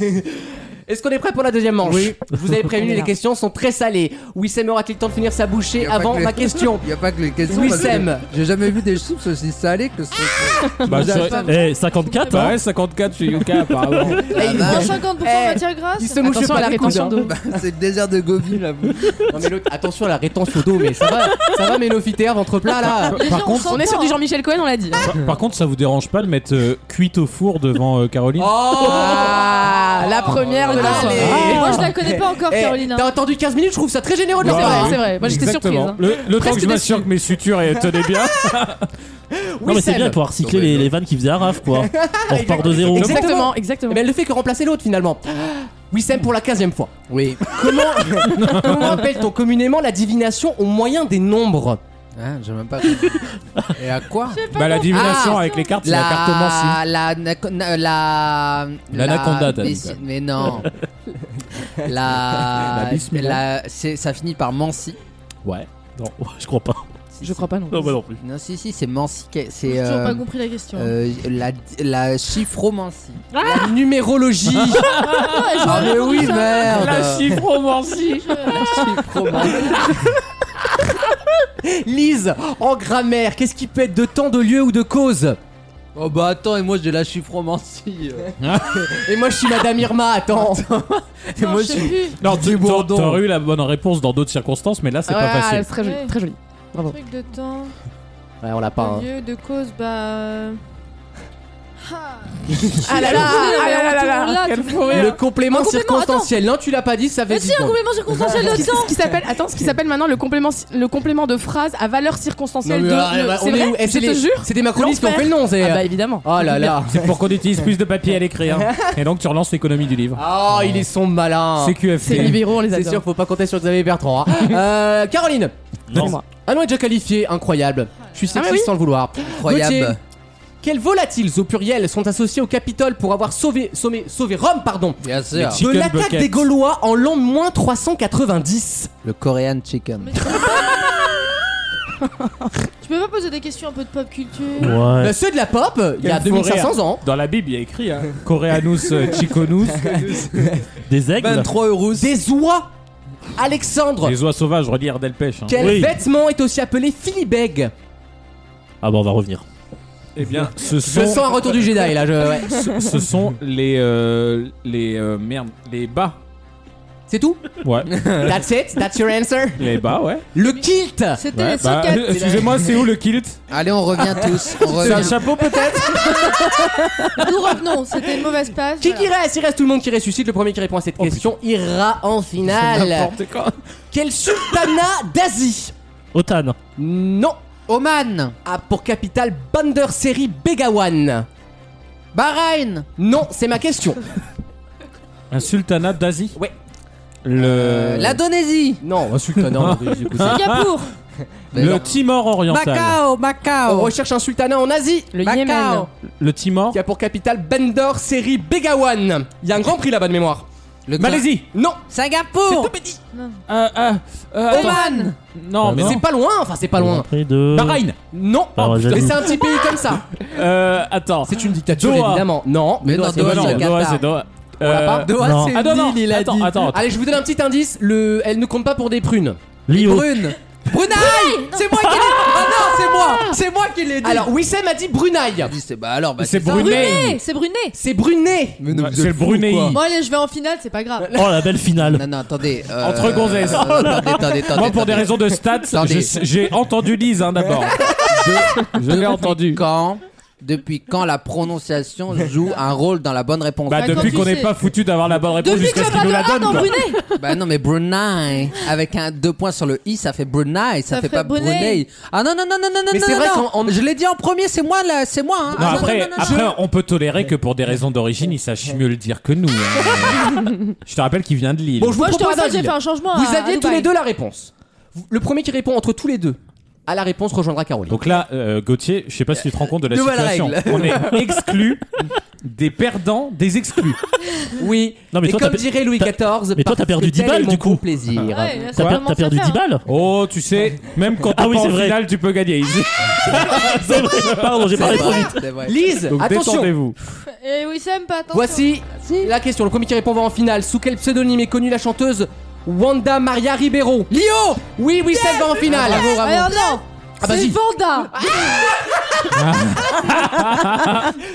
Speaker 2: Est-ce qu'on est prêt pour la deuxième manche Oui. Je vous avais prévenu, les questions sont très salées. Wissem aura-t-il le temps de finir sa bouchée
Speaker 10: Y a pas
Speaker 2: avant
Speaker 10: que les-
Speaker 2: ma question
Speaker 10: Il n'y a pas que les questions.
Speaker 2: Oui,
Speaker 10: parce que
Speaker 2: Sam.
Speaker 10: J'ai jamais vu des chips aussi salés que ce.
Speaker 3: Bah,
Speaker 10: vous avez
Speaker 3: c'est-
Speaker 10: pas-
Speaker 6: Eh, 54
Speaker 3: Bah
Speaker 6: hein
Speaker 3: ouais, 54 chez Yuka apparemment.
Speaker 2: Eh, il-
Speaker 7: Moins 50%
Speaker 2: Eh,
Speaker 7: matière grasse.
Speaker 2: il se mouche
Speaker 4: Attention
Speaker 2: pas
Speaker 4: à la
Speaker 2: les coudes,
Speaker 4: rétention
Speaker 2: hein.
Speaker 4: d'eau.
Speaker 10: Bah, c'est le désert de Gobi là. vous.
Speaker 2: Non, mais l'autre- attention à la rétention d'eau, mais ça va, ça va, Ménophytaire, ventre plat là.
Speaker 7: Les gens, on
Speaker 4: On est sur du Jean-Michel Cohen, on l'a dit.
Speaker 3: Par, par contre, ça vous dérange pas de mettre euh, cuite au four devant euh, Caroline
Speaker 2: Ah,
Speaker 4: la première de la
Speaker 2: allez.
Speaker 4: soirée.
Speaker 7: Ah, Moi, je la connais pas encore,
Speaker 2: Eh,
Speaker 7: Caroline. hein.
Speaker 2: T'as attendu 15 minutes, je trouve ça très généreux de
Speaker 4: C'est
Speaker 2: leur
Speaker 3: Ouais,
Speaker 4: vrai,
Speaker 2: part.
Speaker 3: Ah oui.
Speaker 4: c'est vrai. Moi j'étais surprise.
Speaker 3: Exactement.
Speaker 4: hein.
Speaker 3: Le, le temps que je m'assure que mes sutures euh, tenaient bien.
Speaker 6: Non mais c'est
Speaker 2: Wissem.
Speaker 6: bien pour recycler les, les vannes qui faisaient Araf quoi. On repart de zéro.
Speaker 2: Exactement.
Speaker 4: Exactement, exactement.
Speaker 2: Mais elle ne fait que remplacer l'autre finalement. Wissem pour la 15 fois. Oui. Comment, comment appelle-t-on communément la divination au moyen des nombres
Speaker 10: Hein, j'ai même pas. Et à quoi
Speaker 3: Bah la divination
Speaker 10: Ah,
Speaker 3: avec les cartes, c'est la cartomancie.
Speaker 10: la, naco- na- la,
Speaker 3: L'anaconda, t'as
Speaker 10: mais,
Speaker 3: dit, quoi.
Speaker 10: mais non. la,
Speaker 3: La bismillah.
Speaker 10: la- c'est- ça finit par Mansi.
Speaker 6: Ouais. Non, je crois pas.
Speaker 4: Je crois pas non.
Speaker 6: Non, bah non plus.
Speaker 10: Non, si, si, c'est Mansi. qui- C'est
Speaker 7: J'ai toujours
Speaker 10: euh,
Speaker 7: pas compris la question.
Speaker 10: euh, la,
Speaker 4: hein.
Speaker 10: la chiffromancie.
Speaker 4: Ah
Speaker 2: La numérologie.
Speaker 10: Ah, mais oui,
Speaker 4: hein.
Speaker 10: merde.
Speaker 3: chiffromancie
Speaker 2: Lise, en grammaire, qu'est-ce qui peut être de temps, de lieu ou de cause
Speaker 10: Oh bah attends, et moi j'ai la chiffromancie. euh.
Speaker 2: Et moi je suis Madame Irma, attends.
Speaker 7: Non, je sais plus.
Speaker 3: Non, tu- t'a-
Speaker 10: bourdon.
Speaker 3: t'aurais eu la bonne réponse dans d'autres circonstances, mais là c'est pas
Speaker 4: Ouais,
Speaker 3: facile.
Speaker 4: C'est très joli, très joli. Bravo.
Speaker 7: Truc de temps,
Speaker 2: Ouais, on l'a pas.
Speaker 7: de
Speaker 2: hein.
Speaker 7: lieu, de cause, bah. euh, ah.
Speaker 4: Ah là là, ah là là là là.
Speaker 7: Là, tout le monde là.
Speaker 2: Le complément
Speaker 7: Un complément,
Speaker 2: circonstanciel, non, tu l'as pas dit, ça fait
Speaker 7: Mais
Speaker 2: 10
Speaker 7: si, un
Speaker 2: secondes.
Speaker 7: complément circonstanciel
Speaker 4: Ce qui-
Speaker 7: de temps.
Speaker 4: ce qui s'appelle, attends, ce qui s'appelle maintenant le complément, le complément de phrase à valeur
Speaker 2: Non,
Speaker 4: circonstancielle
Speaker 2: mais,
Speaker 4: de.
Speaker 2: ah,
Speaker 4: le-
Speaker 2: bah,
Speaker 4: c'est
Speaker 2: on est où
Speaker 4: vrai,
Speaker 2: Eh,
Speaker 4: je
Speaker 2: c'est
Speaker 4: te
Speaker 2: les-
Speaker 4: jure.
Speaker 2: C'est des macronistes qui ont
Speaker 4: L'enfer.
Speaker 2: fait le nom, c'est.
Speaker 4: Ah bah évidemment.
Speaker 2: Oh là là.
Speaker 3: C'est pour qu'on utilise plus de papier à l'écrire. Et donc tu relances l'économie du livre.
Speaker 2: Oh, ils sont malins.
Speaker 3: C'est
Speaker 4: Ces
Speaker 3: QFT.
Speaker 4: libéraux, on les
Speaker 2: C'est sûr,
Speaker 4: adore.
Speaker 2: faut pas compter sur Xavier Bertrand. hein. Euh, Caroline,
Speaker 4: C'est
Speaker 6: Non.
Speaker 4: moi.
Speaker 2: ah non, est déjà qualifié, incroyable. Je suis
Speaker 4: Ah,
Speaker 2: sexiste
Speaker 4: mais oui.
Speaker 2: sans le vouloir. Gauthier,
Speaker 10: Incroyable.
Speaker 2: quels volatiles au pluriel sont associés au Capitole pour avoir sauvé, sauvé, sauvé Rome, pardon, Euh,
Speaker 10: Bien sûr.
Speaker 3: chi-
Speaker 2: de
Speaker 3: Chicken
Speaker 2: l'attaque
Speaker 3: bucket.
Speaker 2: des Gaulois en l'an moins 390
Speaker 10: Le Korean chicken.
Speaker 7: Tu peux pas poser des questions un peu de pop culture
Speaker 6: Ouais.
Speaker 2: Bah, C'est de la pop, il y a
Speaker 3: Quel fou
Speaker 2: 2500 ans.
Speaker 3: Dans la Bible, il y a écrit hein. Coreanus euh, Chiconus.
Speaker 6: Des aigles
Speaker 10: 23 euros.
Speaker 2: Des oies. Alexandre,
Speaker 3: Les oies sauvages, relire Ardel Pêche. Hein.
Speaker 2: quel
Speaker 6: Oui.
Speaker 2: vêtement est aussi appelé filibeg
Speaker 6: Ah bah on va revenir.
Speaker 3: Eh bien, ce
Speaker 2: Je sens
Speaker 3: sont,
Speaker 2: un retour du Jedi là, je- ouais.
Speaker 3: ce, ce sont les euh, les euh, merde, les bas.
Speaker 2: C'est tout
Speaker 3: Ouais,
Speaker 2: That's it That's your answer
Speaker 3: les bas, Ah ouais.
Speaker 2: Euh. Le kilt
Speaker 7: C'était
Speaker 3: Ouais,
Speaker 7: les
Speaker 3: bah,
Speaker 7: sockets.
Speaker 6: euh,
Speaker 3: Excusez-moi, c'est où le kilt
Speaker 10: Allez, on revient tous. On
Speaker 3: C'est un
Speaker 10: revient.
Speaker 3: chapeau peut-être
Speaker 7: Nous revenons, c'était une mauvaise passe.
Speaker 2: Qui qui reste Il reste tout le monde qui ressuscite. Le premier qui répond à cette question ira en finale.
Speaker 3: N'importe quoi.
Speaker 2: Quel sultanat d'Asie
Speaker 6: Otan.
Speaker 2: Non
Speaker 10: Oman.
Speaker 2: a pour capitale Bander Seri Begawan
Speaker 10: Bahreïn.
Speaker 2: Non, c'est ma question.
Speaker 3: Un sultanat d'Asie
Speaker 2: Ouais.
Speaker 3: Le
Speaker 10: Euh, L'Indonésie.
Speaker 2: Non, un sultanat. non, du coup, c'est-
Speaker 7: Singapour
Speaker 10: Mais
Speaker 3: le
Speaker 10: non.
Speaker 3: Timor oriental.
Speaker 10: Macao,
Speaker 2: On
Speaker 10: Macao.
Speaker 2: recherche un sultanat en Asie
Speaker 4: Le
Speaker 10: Macao.
Speaker 4: Yémen.
Speaker 3: Le Timor.
Speaker 2: qui a pour capitale Bander Seri Begawan. Il y a un grand prix là-bas de mémoire.
Speaker 10: Le
Speaker 3: Malaisie.
Speaker 2: Non,
Speaker 10: Singapour.
Speaker 3: Euh, euh, euh, attends.
Speaker 10: Oman.
Speaker 3: Non,
Speaker 6: Bah
Speaker 3: mais
Speaker 6: non.
Speaker 2: c'est pas loin. Enfin, c'est pas loin.
Speaker 6: Près de.
Speaker 3: Bahreïn.
Speaker 2: Non,
Speaker 6: Ah ouais,
Speaker 2: Oh, putain, mais
Speaker 6: j'avoue.
Speaker 2: c'est un petit pays comme ça.
Speaker 3: Euh, attends.
Speaker 2: C'est une dictature
Speaker 3: Doha.
Speaker 2: évidemment. Non,
Speaker 10: Mais
Speaker 2: Doha,
Speaker 10: non,
Speaker 2: c'est
Speaker 10: Doha,
Speaker 2: pas
Speaker 3: Bah
Speaker 10: c'est
Speaker 2: loin.
Speaker 10: le
Speaker 3: non, Doha,
Speaker 10: Qatar.
Speaker 3: c'est Doha. Euh,
Speaker 2: Doha,
Speaker 6: non.
Speaker 2: c'est
Speaker 3: Ah non,
Speaker 2: une
Speaker 3: non,
Speaker 2: île, il a
Speaker 3: attends,
Speaker 2: dit.
Speaker 3: attends, attends.
Speaker 2: Allez, je vous donne un petit indice. Le... Elle ne compte pas pour des prunes.
Speaker 6: Lio.
Speaker 2: Brune. Brunei C'est moi qui l'ai Ah non, c'est moi C'est moi qui l'ai dit Alors, Wissem a dit Brunei.
Speaker 10: Dis, c'est- bah alors, bah,
Speaker 3: C'est
Speaker 10: c'est ça.
Speaker 3: Brunei.
Speaker 7: Brunet, c'est Brunet.
Speaker 2: C'est Brunet
Speaker 10: Mais non,
Speaker 3: Ouais,
Speaker 10: vous
Speaker 3: c'est
Speaker 10: êtes
Speaker 3: le
Speaker 10: fous,
Speaker 3: Brunei.
Speaker 10: quoi.
Speaker 7: Bon allez, je vais en finale, c'est pas grave.
Speaker 6: Oh la belle finale.
Speaker 10: Non, non, attendez. euh,
Speaker 3: Entre gonzesses.
Speaker 10: euh, attendez, attendez, attendez.
Speaker 3: Moi, pour des
Speaker 10: attendez.
Speaker 3: raisons de stats,
Speaker 10: Attendez.
Speaker 3: je- j'ai entendu Lise hein, d'abord. Je l'ai entendu.
Speaker 10: Quand Depuis quand la prononciation joue un rôle dans la bonne réponse
Speaker 3: Bah,
Speaker 7: Bah,
Speaker 3: depuis
Speaker 7: quand
Speaker 3: qu'on
Speaker 7: tu
Speaker 3: n'est
Speaker 7: sais.
Speaker 3: pas foutu d'avoir la bonne réponse
Speaker 7: Depuis que
Speaker 3: jusqu'à ce
Speaker 7: le
Speaker 3: qu'il nous la
Speaker 7: bateau- Ah
Speaker 3: donne.
Speaker 7: non,
Speaker 3: quoi.
Speaker 7: Brunet
Speaker 10: Bah non, mais Brunei. Avec un deux points sur le i, ça fait Brunei, ça,
Speaker 7: Ça
Speaker 10: fait
Speaker 7: ferait
Speaker 10: pas
Speaker 7: Brunei.
Speaker 10: Brunei. Ah non, non, non, non, non,
Speaker 2: Mais
Speaker 10: non,
Speaker 2: c'est
Speaker 10: non,
Speaker 2: vrai
Speaker 10: non.
Speaker 2: qu'en- en-
Speaker 10: Je l'ai dit en premier, c'est moi là, c'est moi. hein.
Speaker 3: Non,
Speaker 10: Ah, non,
Speaker 3: après,
Speaker 10: non, non, non,
Speaker 3: après on peut tolérer que pour des raisons d'origine, ils sachent mieux le dire que nous. hein. je te rappelle qu'il vient de Lille.
Speaker 2: Bon, je vous
Speaker 7: Moi, je te
Speaker 2: propose un euh,
Speaker 7: rappelle, j'ai
Speaker 2: deal.
Speaker 7: fait un changement.
Speaker 2: Vous
Speaker 7: à-
Speaker 2: aviez
Speaker 7: à
Speaker 2: tous
Speaker 7: Dubaï.
Speaker 2: les deux la réponse. Vous- Le premier qui répond entre tous les deux à la réponse rejoindra Caroline.
Speaker 3: Donc là, euh, Gauthier, je sais pas si tu te rends compte de la
Speaker 10: Nouvelle
Speaker 3: situation.
Speaker 10: règle.
Speaker 3: On est exclus des perdants, des exclus.
Speaker 2: oui.
Speaker 6: Non, mais
Speaker 2: et
Speaker 6: toi,
Speaker 2: comme
Speaker 6: t'as-
Speaker 2: dirait Louis XIV,
Speaker 6: mais toi, t'as
Speaker 2: parce
Speaker 6: perdu
Speaker 2: que
Speaker 6: 10
Speaker 2: tel
Speaker 6: balles,
Speaker 2: est mon
Speaker 6: du coup.
Speaker 2: bon plaisir.
Speaker 7: Ouais, là, ça
Speaker 6: T'as per-
Speaker 7: commence
Speaker 6: t'as
Speaker 7: à
Speaker 6: perdu
Speaker 7: faire,
Speaker 6: 10
Speaker 7: hein.
Speaker 6: balles
Speaker 3: Oh, tu sais, même quand
Speaker 6: Ah
Speaker 3: t'es
Speaker 6: oui,
Speaker 3: pas
Speaker 6: c'est
Speaker 3: en
Speaker 6: vrai.
Speaker 3: finale, tu peux gagner. ici.
Speaker 6: C'est vrai, pardon, j'ai parlé trop vite.
Speaker 10: C'est vrai.
Speaker 2: Lise,
Speaker 3: Donc
Speaker 2: attention.
Speaker 3: détendez-vous.
Speaker 7: Et Wissem, Eh pas attention.
Speaker 2: Voici la question. Le premier qui répond va en finale. Sous quel pseudonyme est connue la chanteuse Wanda Maria Ribeiro Lio Oui, oui, celle va en finale.
Speaker 7: Alors non
Speaker 3: bah,
Speaker 2: Ah, vas-y.
Speaker 7: C'est Vanda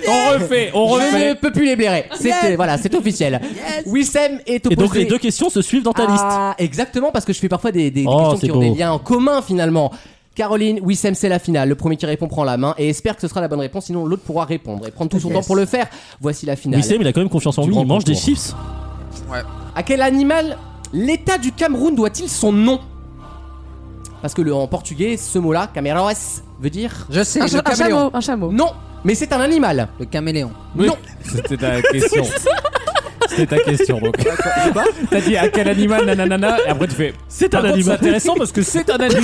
Speaker 3: On refait, on
Speaker 2: Je ne
Speaker 3: refait.
Speaker 2: peux plus les blairer. C'était voilà, c'est officiel. Wissem est
Speaker 6: Et
Speaker 2: opposé.
Speaker 6: donc les deux questions se suivent dans ta liste.
Speaker 2: Ah, exactement parce que je fais parfois des, des- des
Speaker 6: Oh,
Speaker 2: questions
Speaker 6: c'est
Speaker 2: qui ont des
Speaker 6: beau.
Speaker 2: liens en commun finalement. Caroline, Wissem, c'est la finale. Le premier qui répond prend la main et espère que ce sera la bonne réponse, sinon l'autre pourra répondre et prendre tout son temps pour le faire. Voici la finale.
Speaker 6: Wissem, il a quand même confiance en
Speaker 3: Du
Speaker 6: lui,
Speaker 3: grand
Speaker 6: il mange des
Speaker 3: concours.
Speaker 6: chips.
Speaker 2: À quel animal l'État du Cameroun doit-il son nom Parce que le, en portugais, ce mot-là, cameroas, veut dire
Speaker 10: Je sais,
Speaker 4: Un,
Speaker 10: le
Speaker 4: cha- un
Speaker 10: caméléon.
Speaker 4: chameau, un chameau.
Speaker 2: non, mais c'est un animal.
Speaker 10: Le caméléon.
Speaker 3: Oui.
Speaker 2: Non.
Speaker 3: C'était ta question. C'était ta question, donc. T'as dit à quel animal, nanana, et après tu fais.
Speaker 6: C'est
Speaker 3: Par
Speaker 6: un
Speaker 3: contre, C'est
Speaker 6: animal.
Speaker 3: intéressant parce que c'est un animal.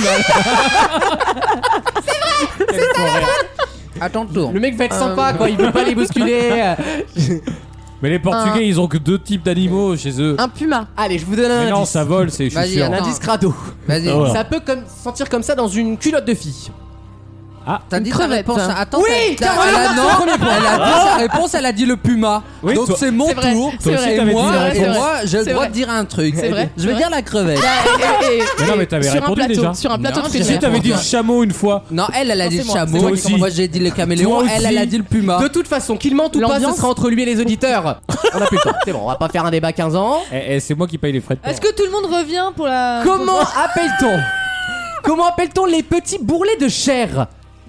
Speaker 3: c'est vrai, c'est un
Speaker 10: À ton tour.
Speaker 2: Le mec va être sympa quoi, il veut pas les bousculer.
Speaker 3: Mais les Portugais, ils ont
Speaker 6: Ah.
Speaker 3: que deux types d'animaux Oh, chez eux.
Speaker 4: Un puma.
Speaker 2: Allez, je vous donne un
Speaker 3: Mais non,
Speaker 2: indice.
Speaker 3: ça vole, c'est je suis
Speaker 10: Vas-y,
Speaker 3: sûr.
Speaker 2: Un
Speaker 10: Attends.
Speaker 2: indice crado.
Speaker 10: Vas-y.
Speaker 6: Ah ouais.
Speaker 2: Ça peut comme sentir comme ça dans une culotte de fille.
Speaker 10: T'as dit ta
Speaker 4: crevette.
Speaker 10: réponse. Attends,
Speaker 2: Oui,
Speaker 10: t'as-
Speaker 2: Caroline
Speaker 10: elle a-
Speaker 2: marque
Speaker 10: non,
Speaker 2: son premier point.
Speaker 10: Elle a dit sa réponse, elle a dit le puma.
Speaker 3: Oui,
Speaker 10: Donc
Speaker 3: toi-
Speaker 10: c'est mon
Speaker 4: C'est vrai,
Speaker 10: tour.
Speaker 4: c'est
Speaker 10: Et
Speaker 4: vrai.
Speaker 10: moi,
Speaker 3: T'avais dit la
Speaker 10: et
Speaker 3: réponse.
Speaker 10: moi, j'ai le
Speaker 4: C'est
Speaker 10: droit
Speaker 4: vrai.
Speaker 10: de dire un truc.
Speaker 4: C'est vrai.
Speaker 10: Je vais
Speaker 4: C'est
Speaker 10: dire la crevette.
Speaker 4: Et- et-
Speaker 3: Mais non, mais
Speaker 4: et-
Speaker 3: t'avais
Speaker 4: sur un
Speaker 3: répondu
Speaker 4: plateau,
Speaker 3: déjà.
Speaker 4: Sur un plateau
Speaker 10: Non,
Speaker 4: de
Speaker 10: j'ai
Speaker 3: Si
Speaker 4: frites.
Speaker 10: répondu.
Speaker 3: t'avais dit chameau une fois.
Speaker 10: Non, elle, elle a dit
Speaker 4: Non, c'est
Speaker 10: le
Speaker 4: moi,
Speaker 10: chameau.
Speaker 3: c'est moi qui commence.
Speaker 10: Moi, j'ai dit le caméléon.
Speaker 3: Toi aussi.
Speaker 10: Elle, elle a dit le puma.
Speaker 2: De toute façon, qu'il mente ou pas, ce
Speaker 4: L'ambiance.
Speaker 2: sera entre lui et les auditeurs. on a plus le temps. C'est bon, on va pas faire un débat 15 ans.
Speaker 3: Eh, eh, c'est moi qui paye les frais de
Speaker 7: Est-ce que tout le monde revient pour la.
Speaker 2: Comment appelle-t-on Comment appelle-t-on les petits bourrelets de chair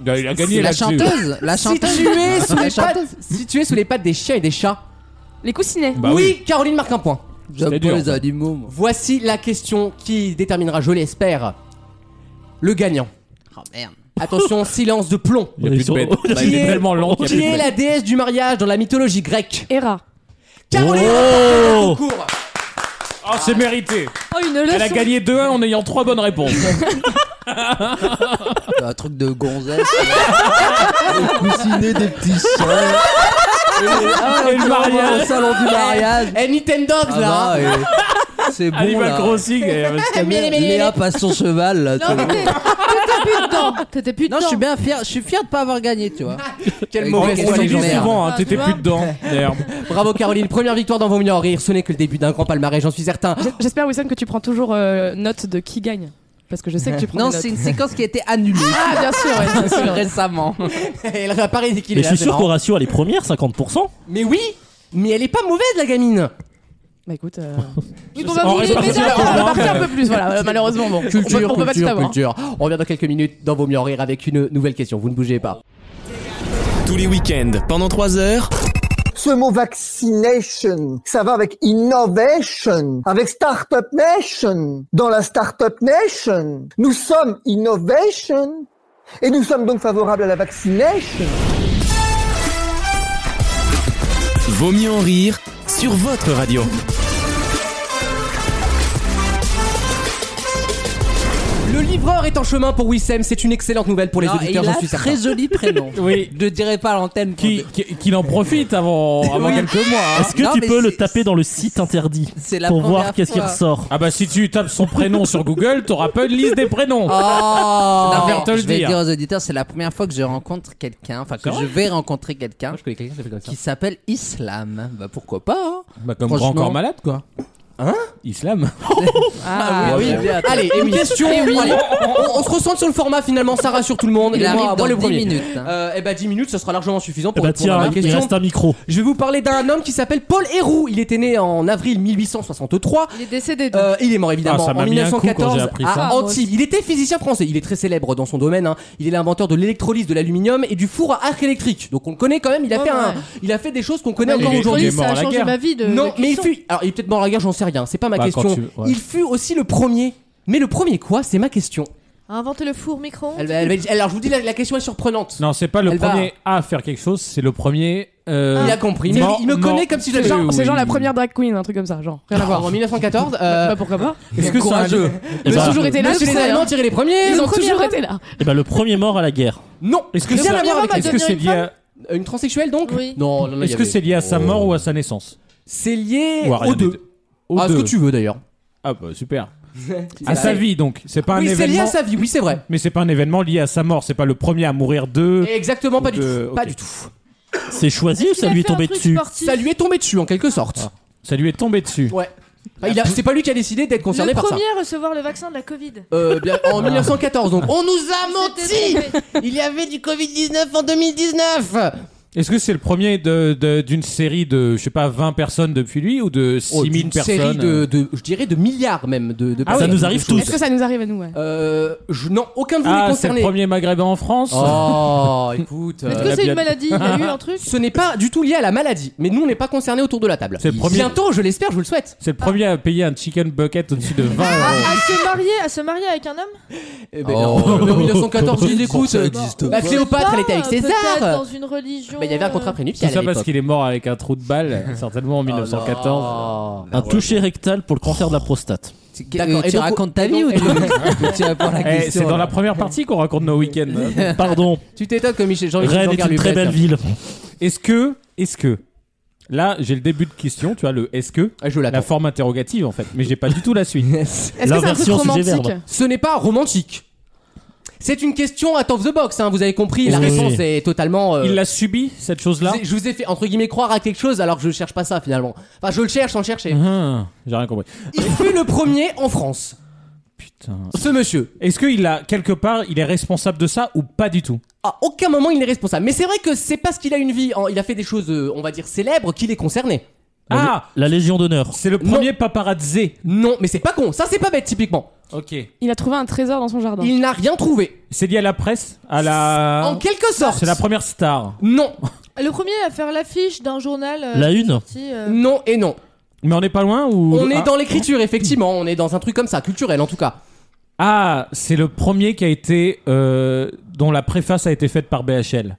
Speaker 3: port. Il a gagné
Speaker 10: La
Speaker 3: là-dessus.
Speaker 10: chanteuse. La chanteuse.
Speaker 2: situés sous,
Speaker 10: La
Speaker 2: les pattes,
Speaker 10: chanteuse.
Speaker 2: situés sous les pattes des chiens et des chats.
Speaker 4: Les coussinets.
Speaker 3: Bah
Speaker 2: oui,
Speaker 3: oui.
Speaker 2: Caroline marque un point.
Speaker 10: J'aime
Speaker 3: dur.
Speaker 10: pas les animaux. moi.
Speaker 2: Voici la question qui déterminera, je l'espère, le gagnant.
Speaker 10: Oh merde.
Speaker 2: Attention, silence de plomb.
Speaker 3: Il y a plus de
Speaker 6: Ils
Speaker 3: bête.
Speaker 6: sont-
Speaker 3: Bah, il est tellement lent qu'il y a
Speaker 2: qui
Speaker 3: plus de
Speaker 2: est
Speaker 3: bête.
Speaker 2: la déesse du mariage dans la mythologie grecque
Speaker 10: Oh.
Speaker 4: Hera.
Speaker 2: Caroline remporte le
Speaker 6: Oh
Speaker 2: concours.
Speaker 3: Oh, c'est mérité.
Speaker 7: Oh, une leçon
Speaker 3: Elle a gagné 2-1 en ayant 3 bonnes réponses.
Speaker 10: Un truc de gonzesse. Le coussinet des petits chiens.
Speaker 3: Et le mariage.
Speaker 10: Au salon du mariage.
Speaker 2: Eh, Nintendo,
Speaker 10: Ah
Speaker 2: là
Speaker 10: bah, et- C'est bon
Speaker 3: Animal
Speaker 10: là.
Speaker 3: Crossing. eh, parce que-
Speaker 2: Mais- mais- mais-
Speaker 10: Léa passe son cheval là.
Speaker 7: Non,
Speaker 10: c'est
Speaker 7: mais
Speaker 10: bon.
Speaker 7: t'es- t'étais plus dedans. T'étais plus
Speaker 10: Non,
Speaker 7: dedans.
Speaker 10: je suis bien fier. Je suis fier de pas avoir gagné, tu vois.
Speaker 2: Quelle
Speaker 10: Avec-
Speaker 3: On
Speaker 2: mauvaise
Speaker 3: on
Speaker 10: Ouais,
Speaker 3: le
Speaker 2: foi,
Speaker 10: c'est
Speaker 3: dit
Speaker 2: les
Speaker 10: merde.
Speaker 3: souvent, hein,
Speaker 7: Ah, tu
Speaker 3: t'étais
Speaker 7: vois.
Speaker 3: plus dedans. d'ailleurs.
Speaker 2: Bravo Caroline, première victoire dans Vos mieux en rire. Ce n'est que le début d'un grand palmarès, j'en suis certain.
Speaker 4: J- J'espère, Wissam, que tu prends toujours euh, note de qui gagne. Parce que je sais que tu prends
Speaker 10: Non,
Speaker 4: des notes.
Speaker 10: c'est une séquence qui a été annulée
Speaker 4: Ah, bien sûr, ouais, bien sûr.
Speaker 10: récemment.
Speaker 2: Elle réapparaît dès qu'il
Speaker 6: Mais
Speaker 2: est là,
Speaker 6: je suis
Speaker 2: c'est
Speaker 6: sûr
Speaker 2: marrant.
Speaker 6: qu'Horatio a les premières, 50%.
Speaker 2: Mais oui, mais elle est pas mauvaise la gamine.
Speaker 4: Bah écoute, euh,
Speaker 7: Oui, qu'on va vous
Speaker 3: On
Speaker 7: donner une
Speaker 3: répartit
Speaker 7: médaille.
Speaker 3: la-
Speaker 4: on va
Speaker 3: remarque,
Speaker 4: partir un
Speaker 3: euh,
Speaker 4: peu plus, voilà, euh, malheureusement. Bon, on peut,
Speaker 2: Culture,
Speaker 4: on peut pas tout hein.
Speaker 2: culture,
Speaker 4: avoir.
Speaker 2: culture. On revient dans quelques minutes dans Vos mieux en rire avec une nouvelle question. Vous ne bougez pas.
Speaker 1: Tous les week-ends, pendant 3 heures,
Speaker 11: Ce mot vaccination, ça va avec innovation, avec startup nation. Dans la startup nation, nous sommes innovation et nous sommes donc favorables à la vaccination.
Speaker 1: Vaut mieux en rire sur votre radio.
Speaker 2: Le livreur est en chemin pour Wissem, c'est une excellente nouvelle pour les
Speaker 5: Non, et
Speaker 2: auditeurs,
Speaker 5: il a
Speaker 2: j'en suis certain.
Speaker 5: très joli prénom.
Speaker 3: Oui.
Speaker 5: Ne dirai pas à l'antenne.
Speaker 3: Qui, qui- qu'il en profite avant, avant
Speaker 5: Oui.
Speaker 3: quelques mois. hein.
Speaker 6: Est-ce que
Speaker 5: Non,
Speaker 6: tu
Speaker 5: mais
Speaker 6: peux le
Speaker 5: c'est-
Speaker 6: taper dans le site interdit
Speaker 5: C'est la
Speaker 6: pour
Speaker 5: première
Speaker 6: voir qu'est-ce qui
Speaker 5: fois.
Speaker 6: ressort
Speaker 3: Ah bah si tu tapes son prénom sur Google, t'auras pas une liste des prénoms.
Speaker 2: Ah.
Speaker 5: Oh,
Speaker 3: Je préfère te le
Speaker 5: je vais
Speaker 3: dire.
Speaker 5: dire
Speaker 2: hein.
Speaker 5: aux auditeurs, c'est la première fois que je rencontre quelqu'un, enfin que
Speaker 3: C'est
Speaker 5: je
Speaker 3: vrai
Speaker 5: vais rencontrer quelqu'un
Speaker 2: Je connais quelqu'un qui s'appelle comme ça.
Speaker 5: qui s'appelle Islam. Bah pourquoi pas hein
Speaker 3: Bah comme
Speaker 5: Franchement.
Speaker 3: grand corps malade quoi. Hein Islam.
Speaker 6: Eh
Speaker 5: Ah,
Speaker 3: oui,
Speaker 5: bien.
Speaker 2: Allez, une question.
Speaker 5: Eh oui.
Speaker 2: Allez, on, on se recentre sur le format finalement, ça rassure tout le monde.
Speaker 5: Il
Speaker 2: et moi,
Speaker 5: arrive dans
Speaker 2: moi, le
Speaker 5: 10
Speaker 2: premier.
Speaker 5: minutes, hein.
Speaker 2: Euh, eh ben 10 minutes, ce sera largement suffisant
Speaker 6: Eh
Speaker 2: pour
Speaker 3: ben,
Speaker 6: Bah
Speaker 2: répondre à
Speaker 6: tiens,
Speaker 2: la
Speaker 6: il
Speaker 2: question.
Speaker 6: reste un micro.
Speaker 2: Je vais vous parler d'un homme qui s'appelle Paul Héroux. Il était né en avril 1863.
Speaker 7: Il est décédé donc.
Speaker 2: Euh, il est mort évidemment
Speaker 3: Ah, ça m'a
Speaker 2: en
Speaker 3: mis un coup quand j'ai
Speaker 2: 1914
Speaker 3: appris
Speaker 5: Ah,
Speaker 2: à
Speaker 3: ça.
Speaker 2: Antibes. Il était physicien français. Il est très célèbre dans son domaine. hein. Il est l'inventeur de l'électrolyse, de l'aluminium et du four à arc électrique. Donc on le connaît quand même. Il a
Speaker 5: Oh,
Speaker 7: Ouais,
Speaker 2: fait un,
Speaker 7: ouais.
Speaker 2: il a fait des choses qu'on connaît
Speaker 3: Ouais,
Speaker 2: encore
Speaker 3: il est-
Speaker 2: aujourd'hui.
Speaker 3: il est mort
Speaker 7: ça
Speaker 3: à
Speaker 7: a
Speaker 3: la
Speaker 7: changé
Speaker 3: guerre.
Speaker 7: ma vie de.
Speaker 2: Non,
Speaker 7: de
Speaker 2: mais il
Speaker 7: cuisson.
Speaker 2: fut. Alors, il est peut-être mort à la guerre, j'en sais rien. C'est pas ma
Speaker 3: Bah, quand
Speaker 2: question.
Speaker 3: tu veux, ouais.
Speaker 2: Il fut aussi le premier. Mais le premier quoi C'est ma question.
Speaker 7: A inventé le four micro.
Speaker 2: Elle va- elle va- elle- alors, je vous dis, la, la question est surprenante.
Speaker 3: Non, c'est pas le
Speaker 2: Elle va-
Speaker 3: premier à faire quelque chose, c'est le premier. euh,
Speaker 2: Il a compris. Mais
Speaker 3: mort-
Speaker 2: il me
Speaker 3: mort-
Speaker 2: connaît comme si j'avais-
Speaker 3: Oui,
Speaker 2: Genre,
Speaker 3: oui.
Speaker 4: C'est genre la première drag queen, un truc comme ça, genre. Rien à
Speaker 2: Alors,
Speaker 4: voir.
Speaker 2: en 1914, euh,
Speaker 4: Bah pourquoi pas
Speaker 3: Est-ce que c'est un jeu
Speaker 4: Ils
Speaker 6: bah,
Speaker 4: ont toujours été là,
Speaker 2: même si
Speaker 4: tu
Speaker 2: les
Speaker 4: sais,
Speaker 2: Allemands
Speaker 4: hein.
Speaker 2: tiraient les premiers.
Speaker 4: Ils ont
Speaker 2: le premier
Speaker 4: toujours
Speaker 2: homme-
Speaker 4: été là.
Speaker 6: Et bah le premier mort à la guerre.
Speaker 2: Non.
Speaker 3: Est-ce que
Speaker 2: Rien
Speaker 3: ça-
Speaker 2: à voir avec
Speaker 3: Est-ce que
Speaker 7: devenir
Speaker 3: c'est
Speaker 7: une
Speaker 3: lié à...
Speaker 2: Euh, Une transsexuelle donc
Speaker 7: Oui.
Speaker 2: Non, non, non, il y
Speaker 3: Est-ce que
Speaker 2: avait-
Speaker 3: c'est lié à sa mort ou à sa naissance
Speaker 2: C'est lié
Speaker 3: Ou à rien
Speaker 2: aux
Speaker 3: des
Speaker 2: deux.
Speaker 3: deux. Aux
Speaker 2: Ah, ce
Speaker 3: deux.
Speaker 2: que tu veux d'ailleurs.
Speaker 3: Ah bah super. À sa vie donc, c'est pas un
Speaker 2: Oui, c'est lié
Speaker 3: événement.
Speaker 2: à sa vie, oui, c'est vrai.
Speaker 3: Mais c'est pas un événement lié à sa mort, c'est pas le premier à mourir de.
Speaker 2: Exactement, pas du
Speaker 3: de-
Speaker 2: tout. Pas
Speaker 3: euh, ok.
Speaker 2: du tout.
Speaker 6: C'est choisi ou
Speaker 7: Il
Speaker 6: ça
Speaker 7: a
Speaker 6: lui est
Speaker 7: fait un
Speaker 6: tombé
Speaker 7: truc
Speaker 6: dessus
Speaker 7: sportif.
Speaker 2: Ça lui est tombé dessus en quelque sorte.
Speaker 3: Ça lui est tombé dessus.
Speaker 2: Ouais. Enfin, il a- C'est pas lui qui a décidé d'être concerné
Speaker 7: Le
Speaker 2: par ça.
Speaker 7: premier à recevoir le vaccin de la Covid.
Speaker 2: Euh, bien,
Speaker 3: Ah.
Speaker 2: en 1914, donc. On nous a
Speaker 7: C'était
Speaker 2: menti
Speaker 7: trompé.
Speaker 2: Il y avait du Covid-19 en 2019
Speaker 3: Est-ce que c'est le premier de- de- d'une série de, je sais pas, 20 personnes depuis lui ou de 6000
Speaker 2: Oh, d'une
Speaker 3: personnes
Speaker 2: série de, de- je dirais, de milliards même de, de
Speaker 6: Ah, ça
Speaker 2: personnes.
Speaker 6: nous arrive tous.
Speaker 4: Est-ce que ça nous arrive à nous ouais
Speaker 2: Euh, je- non, aucun de vous n'est
Speaker 3: Ah, c'est le
Speaker 2: concerné.
Speaker 3: premier maghrébin en France
Speaker 2: Oh, écoute.
Speaker 7: Est-ce
Speaker 2: euh,
Speaker 3: la
Speaker 7: que c'est
Speaker 3: biade.
Speaker 7: une maladie Il a eu un truc
Speaker 2: Ce n'est pas du tout lié à la maladie, mais nous on n'est pas concernés autour de la table.
Speaker 3: C'est le premier.
Speaker 2: Bientôt, je l'espère, je vous le souhaite.
Speaker 3: C'est le premier à payer un chicken bucket au-dessus de 20
Speaker 7: Ah,
Speaker 3: euros.
Speaker 7: à se marier, à se marier avec un homme
Speaker 2: Eh ben
Speaker 3: Oh.
Speaker 2: non, mais en 1914, ils écoutent.
Speaker 10: Ça existe
Speaker 2: Bah,
Speaker 10: pas.
Speaker 2: Cléopâtre, elle était avec
Speaker 7: Ah, peut-être
Speaker 2: César.
Speaker 7: dans une religion.
Speaker 2: Bah, il y avait un contrat
Speaker 7: euh,
Speaker 3: Tout
Speaker 2: prénuptial.
Speaker 3: ça
Speaker 2: à
Speaker 3: parce
Speaker 2: l'époque.
Speaker 3: qu'il est mort avec un trou de balle, certainement en 1914.
Speaker 2: Oh.
Speaker 6: Ah Un toucher rectal pour le cancer de la
Speaker 3: Eh,
Speaker 6: prostate.
Speaker 5: Tu,
Speaker 2: D'accord,
Speaker 5: tu
Speaker 2: et donc-
Speaker 5: racontes ta
Speaker 2: et donc-
Speaker 5: vie ou
Speaker 2: et
Speaker 5: tu, ou tu réponds à la
Speaker 3: Eh,
Speaker 5: question
Speaker 3: c'est dans la première partie qu'on raconte nos week-ends.
Speaker 6: Pardon,
Speaker 2: Tu t'étonnes que Michel Jean-Luc
Speaker 6: Rennes est
Speaker 2: Jean-Pierre
Speaker 6: une très
Speaker 2: Lubez,
Speaker 6: belle
Speaker 2: là.
Speaker 6: ville.
Speaker 3: Est-ce que, est-ce que, là j'ai le début de question, tu vois le est-ce que,
Speaker 2: Ah, je
Speaker 3: la
Speaker 2: l'attends.
Speaker 3: forme interrogative en fait, mais j'ai pas du tout la suite.
Speaker 7: euh,
Speaker 4: Est-ce que c'est un truc
Speaker 6: L'inversion sujet-verbe.
Speaker 4: romantique
Speaker 2: Ce n'est pas romantique. C'est une question out of the box, hein, vous avez compris. La
Speaker 6: Oui.
Speaker 2: réponse est totalement. euh,
Speaker 3: Il l'a subi cette chose-là.
Speaker 2: je vous ai- je vous ai fait entre guillemets croire à quelque chose alors que je cherche pas ça finalement. Enfin, je le cherche sans le chercher.
Speaker 6: Mm.
Speaker 3: Ah, j'ai rien compris.
Speaker 2: Il fut le premier en France.
Speaker 3: Putain.
Speaker 2: Ce monsieur.
Speaker 3: Est-ce qu'il a quelque part, il est responsable de ça ou pas du tout
Speaker 2: À aucun moment il n'est responsable. Mais c'est vrai que c'est parce qu'il a une vie, en- il a fait des choses, euh, on va dire célèbres, qu'il est concerné.
Speaker 3: Ah,
Speaker 6: La Légion d'honneur.
Speaker 3: c'est le
Speaker 2: Non.
Speaker 3: premier paparazzi.
Speaker 2: Non, mais c'est pas con. Ça c'est pas bête typiquement.
Speaker 3: Ok.
Speaker 4: Il a trouvé un trésor dans son jardin.
Speaker 2: Il n'a rien trouvé.
Speaker 3: C'est lié à la presse, à
Speaker 6: Ah.
Speaker 3: la.
Speaker 2: En quelque sorte.
Speaker 3: C'est la première star.
Speaker 2: Non,
Speaker 7: Le premier à faire l'affiche d'un journal. euh,
Speaker 6: La une.
Speaker 7: sorti, euh,
Speaker 2: non et non.
Speaker 3: Mais on n'est pas loin ou
Speaker 2: On est
Speaker 3: Ah.
Speaker 2: dans l'écriture effectivement. On est dans un truc comme ça, culturel en tout cas.
Speaker 3: Ah, c'est le premier qui a été euh, dont la préface a été faite par BHL.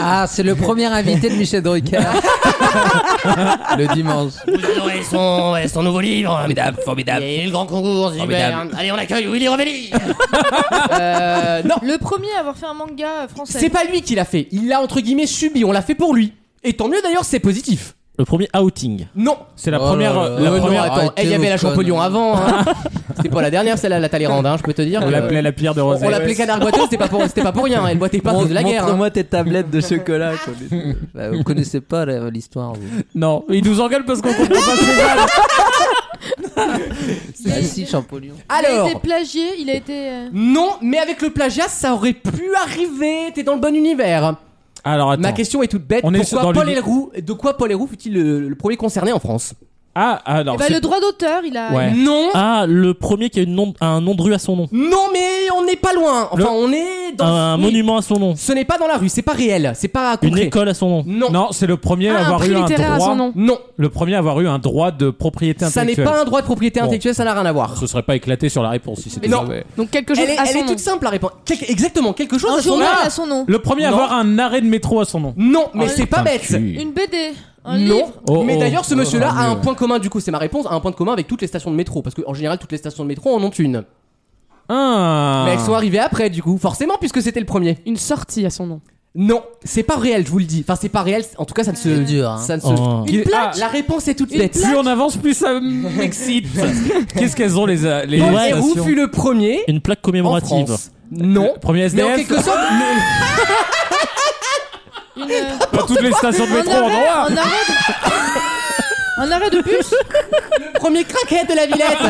Speaker 5: Ah, c'est le premier invité de Michel Drucker. le dimanche.
Speaker 2: Ah son, son nouveau livre. Formidable, formidable. Et le grand concours,
Speaker 5: Formidable.
Speaker 2: Allez, on accueille Willy Revelli. euh, non,
Speaker 7: Le premier à avoir fait un manga français.
Speaker 2: c'est pas lui qui l'a fait. Il l'a entre guillemets subi. On l'a fait pour lui. Et tant mieux d'ailleurs, c'est positif.
Speaker 6: Le premier outing.
Speaker 2: Non.
Speaker 3: C'est la
Speaker 5: Oh là
Speaker 3: première.
Speaker 5: là.
Speaker 3: la
Speaker 2: Euh,
Speaker 3: première-
Speaker 2: non, attends,
Speaker 5: arrêtez
Speaker 2: Eh, il y avait
Speaker 5: vos
Speaker 2: la Champollion avant. Hein. C'était pas la dernière, celle-là, la Talleyrand, hein, je peux te dire.
Speaker 3: On
Speaker 2: que-
Speaker 3: l'appelait la pierre de
Speaker 2: On-
Speaker 3: Rosé.
Speaker 2: on l'appelait canard boiteux, c'était pas, pour- c'était pas pour rien. hein. Elle boitait pas à cause de la guerre. hein.
Speaker 5: moi tes tablettes de chocolat. Bah, vous connaissez pas la- l'histoire. vous.
Speaker 3: Non, il nous engueule parce qu'on comprend pas ses vannes.
Speaker 5: Ah si, Champollion.
Speaker 7: Il a
Speaker 2: Alors,
Speaker 7: été plagié, il a été. euh,
Speaker 2: non, mais avec le plagiat, ça aurait pu arriver. T'es dans le bon univers.
Speaker 3: Alors attends.
Speaker 2: Ma question est toute bête.
Speaker 3: On est sur-
Speaker 2: Pourquoi
Speaker 3: dans
Speaker 2: Paul
Speaker 3: l'uni-
Speaker 2: Héroux, de quoi Paul Héroux fut-il le, le premier concerné en France
Speaker 3: Ah alors.
Speaker 7: eh ben,
Speaker 3: c'est-
Speaker 7: le droit d'auteur, il a.
Speaker 3: Ouais.
Speaker 2: Non,
Speaker 6: Ah, le premier qui a une nom- un nom de rue à son nom.
Speaker 2: non, mais on n'est pas loin. Enfin,
Speaker 3: Le-
Speaker 2: on est dans
Speaker 6: Un
Speaker 2: oui.
Speaker 6: monument à son nom.
Speaker 2: Ce n'est pas dans la rue, c'est pas réel, c'est pas
Speaker 6: Une
Speaker 2: concret.
Speaker 6: école à son nom.
Speaker 2: Non,
Speaker 3: Non, c'est le premier à
Speaker 4: Ah, un
Speaker 3: avoir
Speaker 4: prix
Speaker 3: eu un
Speaker 4: littéraire à
Speaker 3: droit.
Speaker 4: son nom.
Speaker 2: non,
Speaker 3: Le premier à avoir eu un droit de propriété
Speaker 2: ça n'est
Speaker 3: intellectuelle.
Speaker 2: pas un droit de propriété
Speaker 3: Bon.
Speaker 2: intellectuelle, ça n'a rien à voir.
Speaker 3: Ce Ah serait pas éclaté sur la réponse si c'était
Speaker 2: Non.
Speaker 3: vrai.
Speaker 4: Donc quelque chose
Speaker 2: Elle est,
Speaker 4: à
Speaker 2: elle
Speaker 4: son
Speaker 2: est
Speaker 4: nom.
Speaker 2: toute simple à répondre. Quelque- exactement, quelque chose
Speaker 7: Un
Speaker 2: à son
Speaker 7: journal
Speaker 2: âge.
Speaker 7: à son nom.
Speaker 3: Le premier à
Speaker 2: Non.
Speaker 3: avoir Ah un arrêt de métro à son nom.
Speaker 2: Non, mais
Speaker 7: Oh,
Speaker 2: c'est pas
Speaker 3: Putain,
Speaker 2: bête.
Speaker 3: cul.
Speaker 7: Une BD. Un
Speaker 2: non.
Speaker 7: livre
Speaker 3: Oh,
Speaker 2: mais
Speaker 3: oh.
Speaker 2: d'ailleurs, ce
Speaker 3: Oh,
Speaker 2: monsieur-là
Speaker 3: un
Speaker 2: a un
Speaker 3: livre.
Speaker 2: point commun, du coup, c'est ma réponse, a un point commun avec toutes les stations de métro. Parce qu'en général, toutes les stations de métro en ont une.
Speaker 3: Ah.
Speaker 2: Mais elles sont arrivées après, du coup, forcément, puisque c'était le premier.
Speaker 4: Une sortie à son nom.
Speaker 2: Non, c'est pas réel, je vous le dis. Enfin, c'est pas réel, en tout cas, ça ne se.
Speaker 5: dur, hein.
Speaker 2: Ça ne se...
Speaker 3: Oh.
Speaker 2: Qui-
Speaker 3: Une plaque.
Speaker 2: Ah, La réponse est toute
Speaker 7: Une
Speaker 2: bête.
Speaker 7: plaque.
Speaker 3: Plus on avance, plus ça m'excite. Qu'est-ce qu'elles ont les euh, les
Speaker 2: Paul
Speaker 3: les
Speaker 2: Héroux
Speaker 3: stations
Speaker 2: fut le premier
Speaker 6: Une plaque
Speaker 2: en
Speaker 6: commémorative.
Speaker 2: France. Non.
Speaker 3: Premier
Speaker 2: Mais en
Speaker 3: SDF.
Speaker 2: quelque sorte, le-
Speaker 7: Une, euh,
Speaker 3: Pas toutes les stations de
Speaker 7: un,
Speaker 3: métro en
Speaker 7: arrêt,
Speaker 3: droit.
Speaker 7: un arrêt de... un arrêt de bus
Speaker 2: Premier craquet de la Villette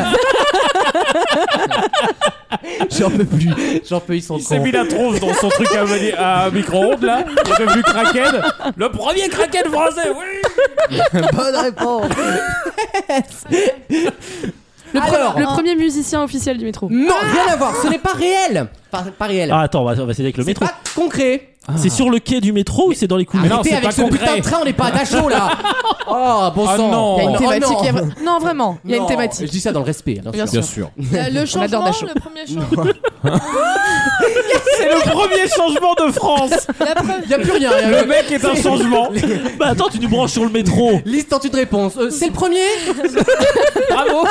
Speaker 2: J'en peux plus, j'en peux, ils sont
Speaker 3: Il s'est
Speaker 2: cons.
Speaker 3: mis la tronche dans son truc à, mani- à micro-ondes là. Il est devenu Kraken. Le premier Kraken français. Oui.
Speaker 5: Bonne réponse.
Speaker 4: Le, pre-
Speaker 2: Alors,
Speaker 4: le
Speaker 2: hein.
Speaker 4: premier musicien officiel du métro.
Speaker 2: Non, rien à voir, ce n'est pas réel Pas, pas réel.
Speaker 6: Ah, attends, on va, on va essayer avec le
Speaker 2: c'est
Speaker 6: métro.
Speaker 2: pas concret.
Speaker 6: C'est sur le quai du métro ou c'est dans les couloirs
Speaker 3: Mais Ah. non,
Speaker 2: Arrêtez
Speaker 3: c'est
Speaker 2: avec
Speaker 3: pas
Speaker 2: ce
Speaker 3: concret.
Speaker 2: putain de train, on n'est pas à Dachau là Oh, bon
Speaker 3: Ah
Speaker 2: sang
Speaker 3: non.
Speaker 2: Il y a une
Speaker 3: Oh
Speaker 2: thématique,
Speaker 4: non.
Speaker 2: il y a-
Speaker 4: Non, vraiment, il y a une
Speaker 2: Non,
Speaker 4: thématique.
Speaker 2: Je dis ça dans le respect. hein, bien sûr.
Speaker 4: Bien
Speaker 3: sûr.
Speaker 7: Euh, Le changement,
Speaker 4: adore Dachau.
Speaker 7: le premier changement.
Speaker 3: C'est le premier changement de France.
Speaker 7: La preuve-
Speaker 2: Il n'y a plus rien. il y a-
Speaker 3: Le mec est un changement.
Speaker 6: Bah attends, tu nous branches sur le métro.
Speaker 2: Liste en une réponse. Euh, c'est le premier
Speaker 3: Bravo.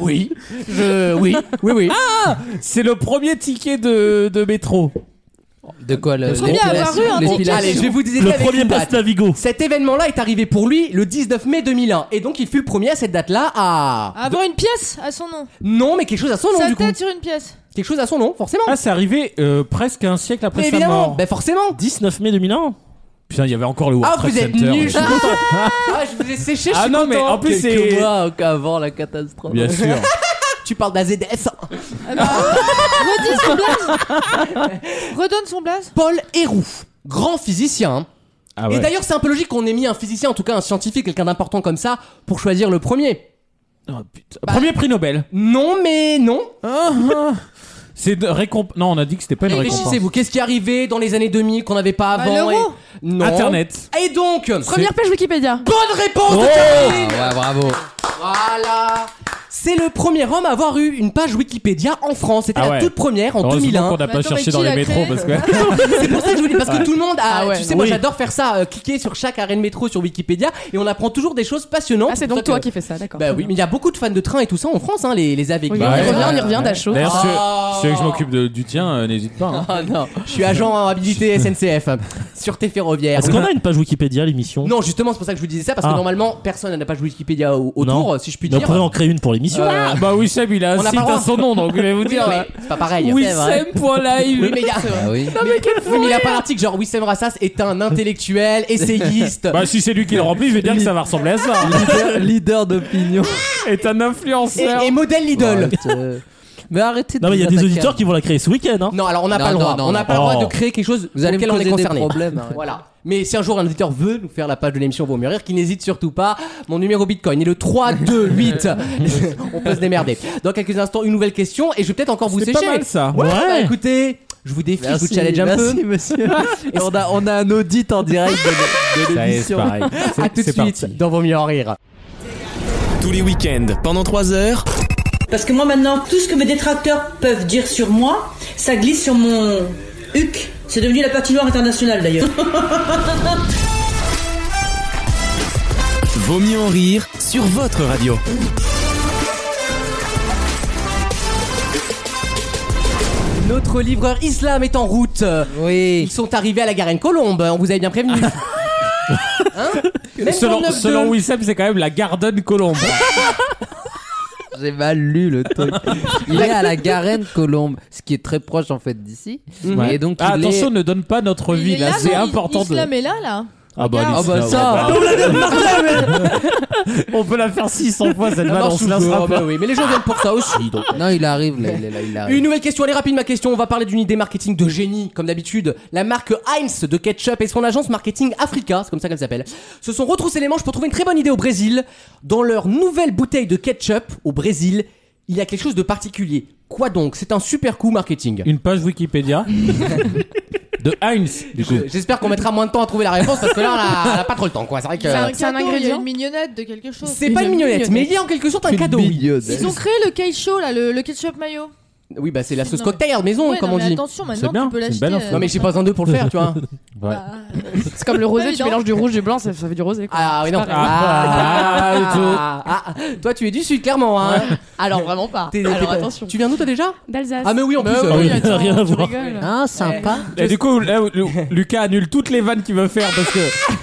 Speaker 2: Oui. Je... Oui, oui, oui.
Speaker 3: Ah, C'est le premier ticket de, de métro.
Speaker 5: De quoi le.
Speaker 7: Combien avoir eu un ticket
Speaker 2: Allez, je vais vous aider
Speaker 6: Le
Speaker 2: avec
Speaker 6: premier
Speaker 2: une date.
Speaker 6: passe Navigo.
Speaker 2: Cet événement-là est arrivé pour lui le 19 mai 2001. Et donc, il fut le premier à cette date-là à...
Speaker 7: Avoir une pièce à son nom.
Speaker 2: Non, mais quelque chose à son nom,
Speaker 7: Sa
Speaker 2: du coup.
Speaker 7: Ah. tête sur une pièce.
Speaker 2: Quelque chose à son nom, forcément.
Speaker 3: Ah, c'est arrivé euh, presque un siècle après
Speaker 2: Mais
Speaker 3: sa
Speaker 2: évidemment,
Speaker 3: mort.
Speaker 2: ben forcément.
Speaker 6: 19 Bah, mai 2001
Speaker 3: Putain, il y avait encore le
Speaker 2: Ah,
Speaker 3: World Trade
Speaker 2: vous êtes
Speaker 3: Center.
Speaker 2: nuls. Ah, je vous ai séché, je
Speaker 3: Ah
Speaker 2: suis
Speaker 3: non, mais
Speaker 2: content.
Speaker 3: en plus, c'est.
Speaker 5: Quelques mois avant la catastrophe.
Speaker 2: Ah.
Speaker 3: Bien sûr.
Speaker 2: Tu parles d'AZS.
Speaker 7: Redis son blaze. Redonne son blaze.
Speaker 2: Paul Héroux, grand physicien. hein.
Speaker 3: Ah
Speaker 2: Et d'ailleurs, c'est un peu logique qu'on ait mis un physicien, en tout cas un scientifique, quelqu'un d'important comme ça, pour choisir le premier.
Speaker 3: Oh, putain. Premier prix Nobel.
Speaker 2: Non, mais non.
Speaker 3: Ah, C'est de récomp... Non, on a dit que c'était pas une récompense.
Speaker 2: Réfléchissez-vous, qu'est-ce qui est arrivé dans les années 2000 qu'on n'avait pas
Speaker 7: Bah,
Speaker 2: avant
Speaker 7: l'euro.
Speaker 2: et- Non.
Speaker 3: Internet.
Speaker 2: Et donc,
Speaker 4: Première page Wikipédia.
Speaker 2: bonne réponse de
Speaker 3: Oh
Speaker 2: Caroline
Speaker 5: Ah ouais, bravo.
Speaker 2: Voilà C'est le premier homme à avoir eu une page Wikipédia en France. C'était
Speaker 3: Ah
Speaker 2: la
Speaker 3: ouais.
Speaker 2: toute première en
Speaker 3: Heureusement
Speaker 2: 2001.
Speaker 3: qu'on n'a
Speaker 7: Mais
Speaker 3: pas
Speaker 7: attends,
Speaker 3: cherché
Speaker 7: mais
Speaker 3: dans
Speaker 7: qui
Speaker 3: les
Speaker 7: l'a
Speaker 3: métros
Speaker 7: créé
Speaker 3: parce que.
Speaker 2: C'est pour ça que je vous dis, parce que tout le monde a.
Speaker 4: Ah ouais.
Speaker 2: Tu sais, moi
Speaker 6: Oui.
Speaker 2: j'adore faire ça, euh, cliquer sur chaque arrêt de métro sur Wikipédia et on apprend toujours des choses passionnantes.
Speaker 4: Ah, c'est
Speaker 2: pour
Speaker 4: donc
Speaker 2: ça
Speaker 4: toi
Speaker 2: que-
Speaker 4: qui fais ça, d'accord.
Speaker 2: Bah oui, mais il y a beaucoup de fans de train et tout ça en France, hein, les, les AVEC.
Speaker 4: Oui,
Speaker 3: Bah
Speaker 4: on y
Speaker 3: ouais.
Speaker 4: revient, on y revient, Dachau.
Speaker 3: D'ailleurs, si tu veux-
Speaker 2: Ah.
Speaker 3: si tu veux que je m'occupe de- du tien, euh, n'hésite pas. hein.
Speaker 2: Ah non, je suis agent habilité SNCF, hein, sur tes ferroviaires.
Speaker 6: Est-ce qu'on a une page Wikipédia, l'émission
Speaker 2: Ah, Non, justement, c'est pour ça que je vous disais ça, parce que
Speaker 6: Ah.
Speaker 2: normalement, personne n'a pas de Wikipédia au- autour, si je puis
Speaker 6: Mais On
Speaker 2: dire.
Speaker 6: pourrait en créer une pour l'émission.
Speaker 2: Euh,
Speaker 3: Bah, Wissem, il a
Speaker 2: On n'a
Speaker 3: un
Speaker 2: pas
Speaker 3: site
Speaker 2: le droit.
Speaker 3: à son nom, donc je vais vous dire.
Speaker 2: non, mais c'est pas pareil. C'est vrai. Oui,
Speaker 3: Wissem.live.
Speaker 2: mais il y a.
Speaker 5: Ah oui.
Speaker 2: mais, oui, mais il a pas l'article genre Wissem Rassas est un intellectuel, essayiste.
Speaker 3: Bah, si c'est lui qui le remplit, je vais dire que ça va ressembler à ça.
Speaker 5: Leader, leader d'opinion.
Speaker 3: Est un
Speaker 2: et,
Speaker 3: influenceur.
Speaker 2: et modèle Lidl.
Speaker 5: Arrête, euh. Mais arrêtez de
Speaker 6: Non, mais il y a
Speaker 5: nous
Speaker 6: des
Speaker 5: attaquer.
Speaker 6: auditeurs qui vont la créer ce week-end. Hein.
Speaker 2: Non, alors on n'a
Speaker 5: Non,
Speaker 2: pas le
Speaker 5: non,
Speaker 2: droit.
Speaker 5: non,
Speaker 2: on n'a
Speaker 5: non.
Speaker 2: pas le droit
Speaker 6: Oh.
Speaker 2: de créer quelque chose
Speaker 5: Vous allez
Speaker 2: auquel
Speaker 5: me
Speaker 2: on est
Speaker 5: causer des
Speaker 2: concerné.
Speaker 5: problèmes. hein. arrête.
Speaker 2: Voilà. Mais si un jour un auditeur veut nous faire la page de l'émission Vaut mieux rire, qu'il n'hésite surtout pas. Mon numéro Bitcoin est le 328. on peut se démerder. Dans quelques instants, une nouvelle question et je vais peut-être encore vous
Speaker 3: C'est
Speaker 2: sécher.
Speaker 3: pas mal ça.
Speaker 2: Ouais.
Speaker 6: Ouais.
Speaker 2: bah, écoutez, je vous défie, je vous challenge un
Speaker 5: merci,
Speaker 2: peu.
Speaker 5: monsieur. Et on a, Bah, on a un audit en direct de, de
Speaker 3: Ça y est, c'est
Speaker 5: l'émission.
Speaker 3: pareil.
Speaker 2: À tout de
Speaker 3: C'est
Speaker 2: suite
Speaker 3: parti.
Speaker 2: dans Vaut mieux en rire.
Speaker 1: Tous les week-ends, pendant 3 heures.
Speaker 9: Parce que moi maintenant, tout ce que mes détracteurs peuvent dire sur moi, ça glisse sur mon huc. C'est devenu la patinoire internationale d'ailleurs.
Speaker 1: Vaut mieux en rire sur votre radio.
Speaker 2: Notre livreur Islam est en route. Ils
Speaker 5: Oui.
Speaker 2: sont arrivés à la Garenne Colombe, on vous avait bien prévenu. Hein Même
Speaker 3: Selon,
Speaker 2: 39-2.
Speaker 3: selon Wissem, c'est quand même la Garden Colombe.
Speaker 5: J'ai mal lu le truc. Il est à la Garenne Colombe, ce qui est très proche en fait d'ici.
Speaker 3: Ouais.
Speaker 5: Et donc
Speaker 3: Ah,
Speaker 5: il
Speaker 3: attention,
Speaker 5: est...
Speaker 3: ne donne pas notre
Speaker 7: Il
Speaker 3: vie,
Speaker 7: est
Speaker 3: là,
Speaker 7: là,
Speaker 3: c'est
Speaker 7: non,
Speaker 3: important de.
Speaker 7: Islam est là, là.
Speaker 3: Ah, bah,
Speaker 5: Ah bah
Speaker 3: l'islam,
Speaker 5: ça.
Speaker 3: ouais. On peut la faire 600 fois, cette
Speaker 2: Ah non,
Speaker 3: balle, on
Speaker 2: sous-
Speaker 3: se lassera
Speaker 2: oh, bah
Speaker 3: pas.
Speaker 2: oui, mais les gens viennent pour ça aussi. Ah, donc.
Speaker 5: Non, il arrive là, il est là, il arrive.
Speaker 2: Une nouvelle question, elle est rapide ma question. On va parler d'une idée marketing de génie, comme d'habitude. La marque Heinz de ketchup et son agence marketing Africa, c'est comme ça qu'elle s'appelle, se sont retroussés les manches pour trouver une très bonne idée au Brésil. Dans leur nouvelle bouteille de ketchup au Brésil, il y a quelque chose de particulier. Quoi donc C'est un super coup marketing.
Speaker 3: Une page Wikipédia de Heinz, du coup.
Speaker 2: Je- J'espère qu'on mettra moins de temps à trouver la réponse parce que là, on a- on a pas trop le temps, quoi. C'est vrai que.
Speaker 7: C'est un,
Speaker 4: C'est un
Speaker 7: cadeau, Il y a
Speaker 4: ingrédient
Speaker 7: une mignonnette de quelque chose.
Speaker 2: C'est pas une mignonnette, mais il y a en quelque sorte un cadeau.
Speaker 5: Milieu de-
Speaker 7: Ils ont créé le keicho là, le, le ketchup mayo.
Speaker 2: Oui, bah c'est la sauce cocktail maison,
Speaker 7: Ouais,
Speaker 2: comme
Speaker 7: non,
Speaker 2: on
Speaker 7: mais
Speaker 2: dit.
Speaker 7: attention, maintenant, C'est bien, tu peux c'est une l'acheter, belle info. euh,
Speaker 2: Non, mais j'ai pas besoin d'eux pour le faire, tu vois.
Speaker 4: C'est comme le rosé, tu mélanges du rouge et blanc, ça, ça fait du rosé. Ah
Speaker 2: oui, non. Ah, ah, ah, ah. toi, tu es du sud, clairement. Hein.
Speaker 4: Alors vraiment pas.
Speaker 2: T'es-
Speaker 4: Alors
Speaker 2: t'es-
Speaker 4: attention.
Speaker 2: Tu viens d'où, toi déjà
Speaker 4: D'Alsace.
Speaker 2: Ah, mais oui, en plus. euh, oui.
Speaker 6: rien à voir.
Speaker 5: Ah, sympa.
Speaker 3: Et du coup, là, où- où- Lucas annule toutes les vannes qu'il veut faire parce que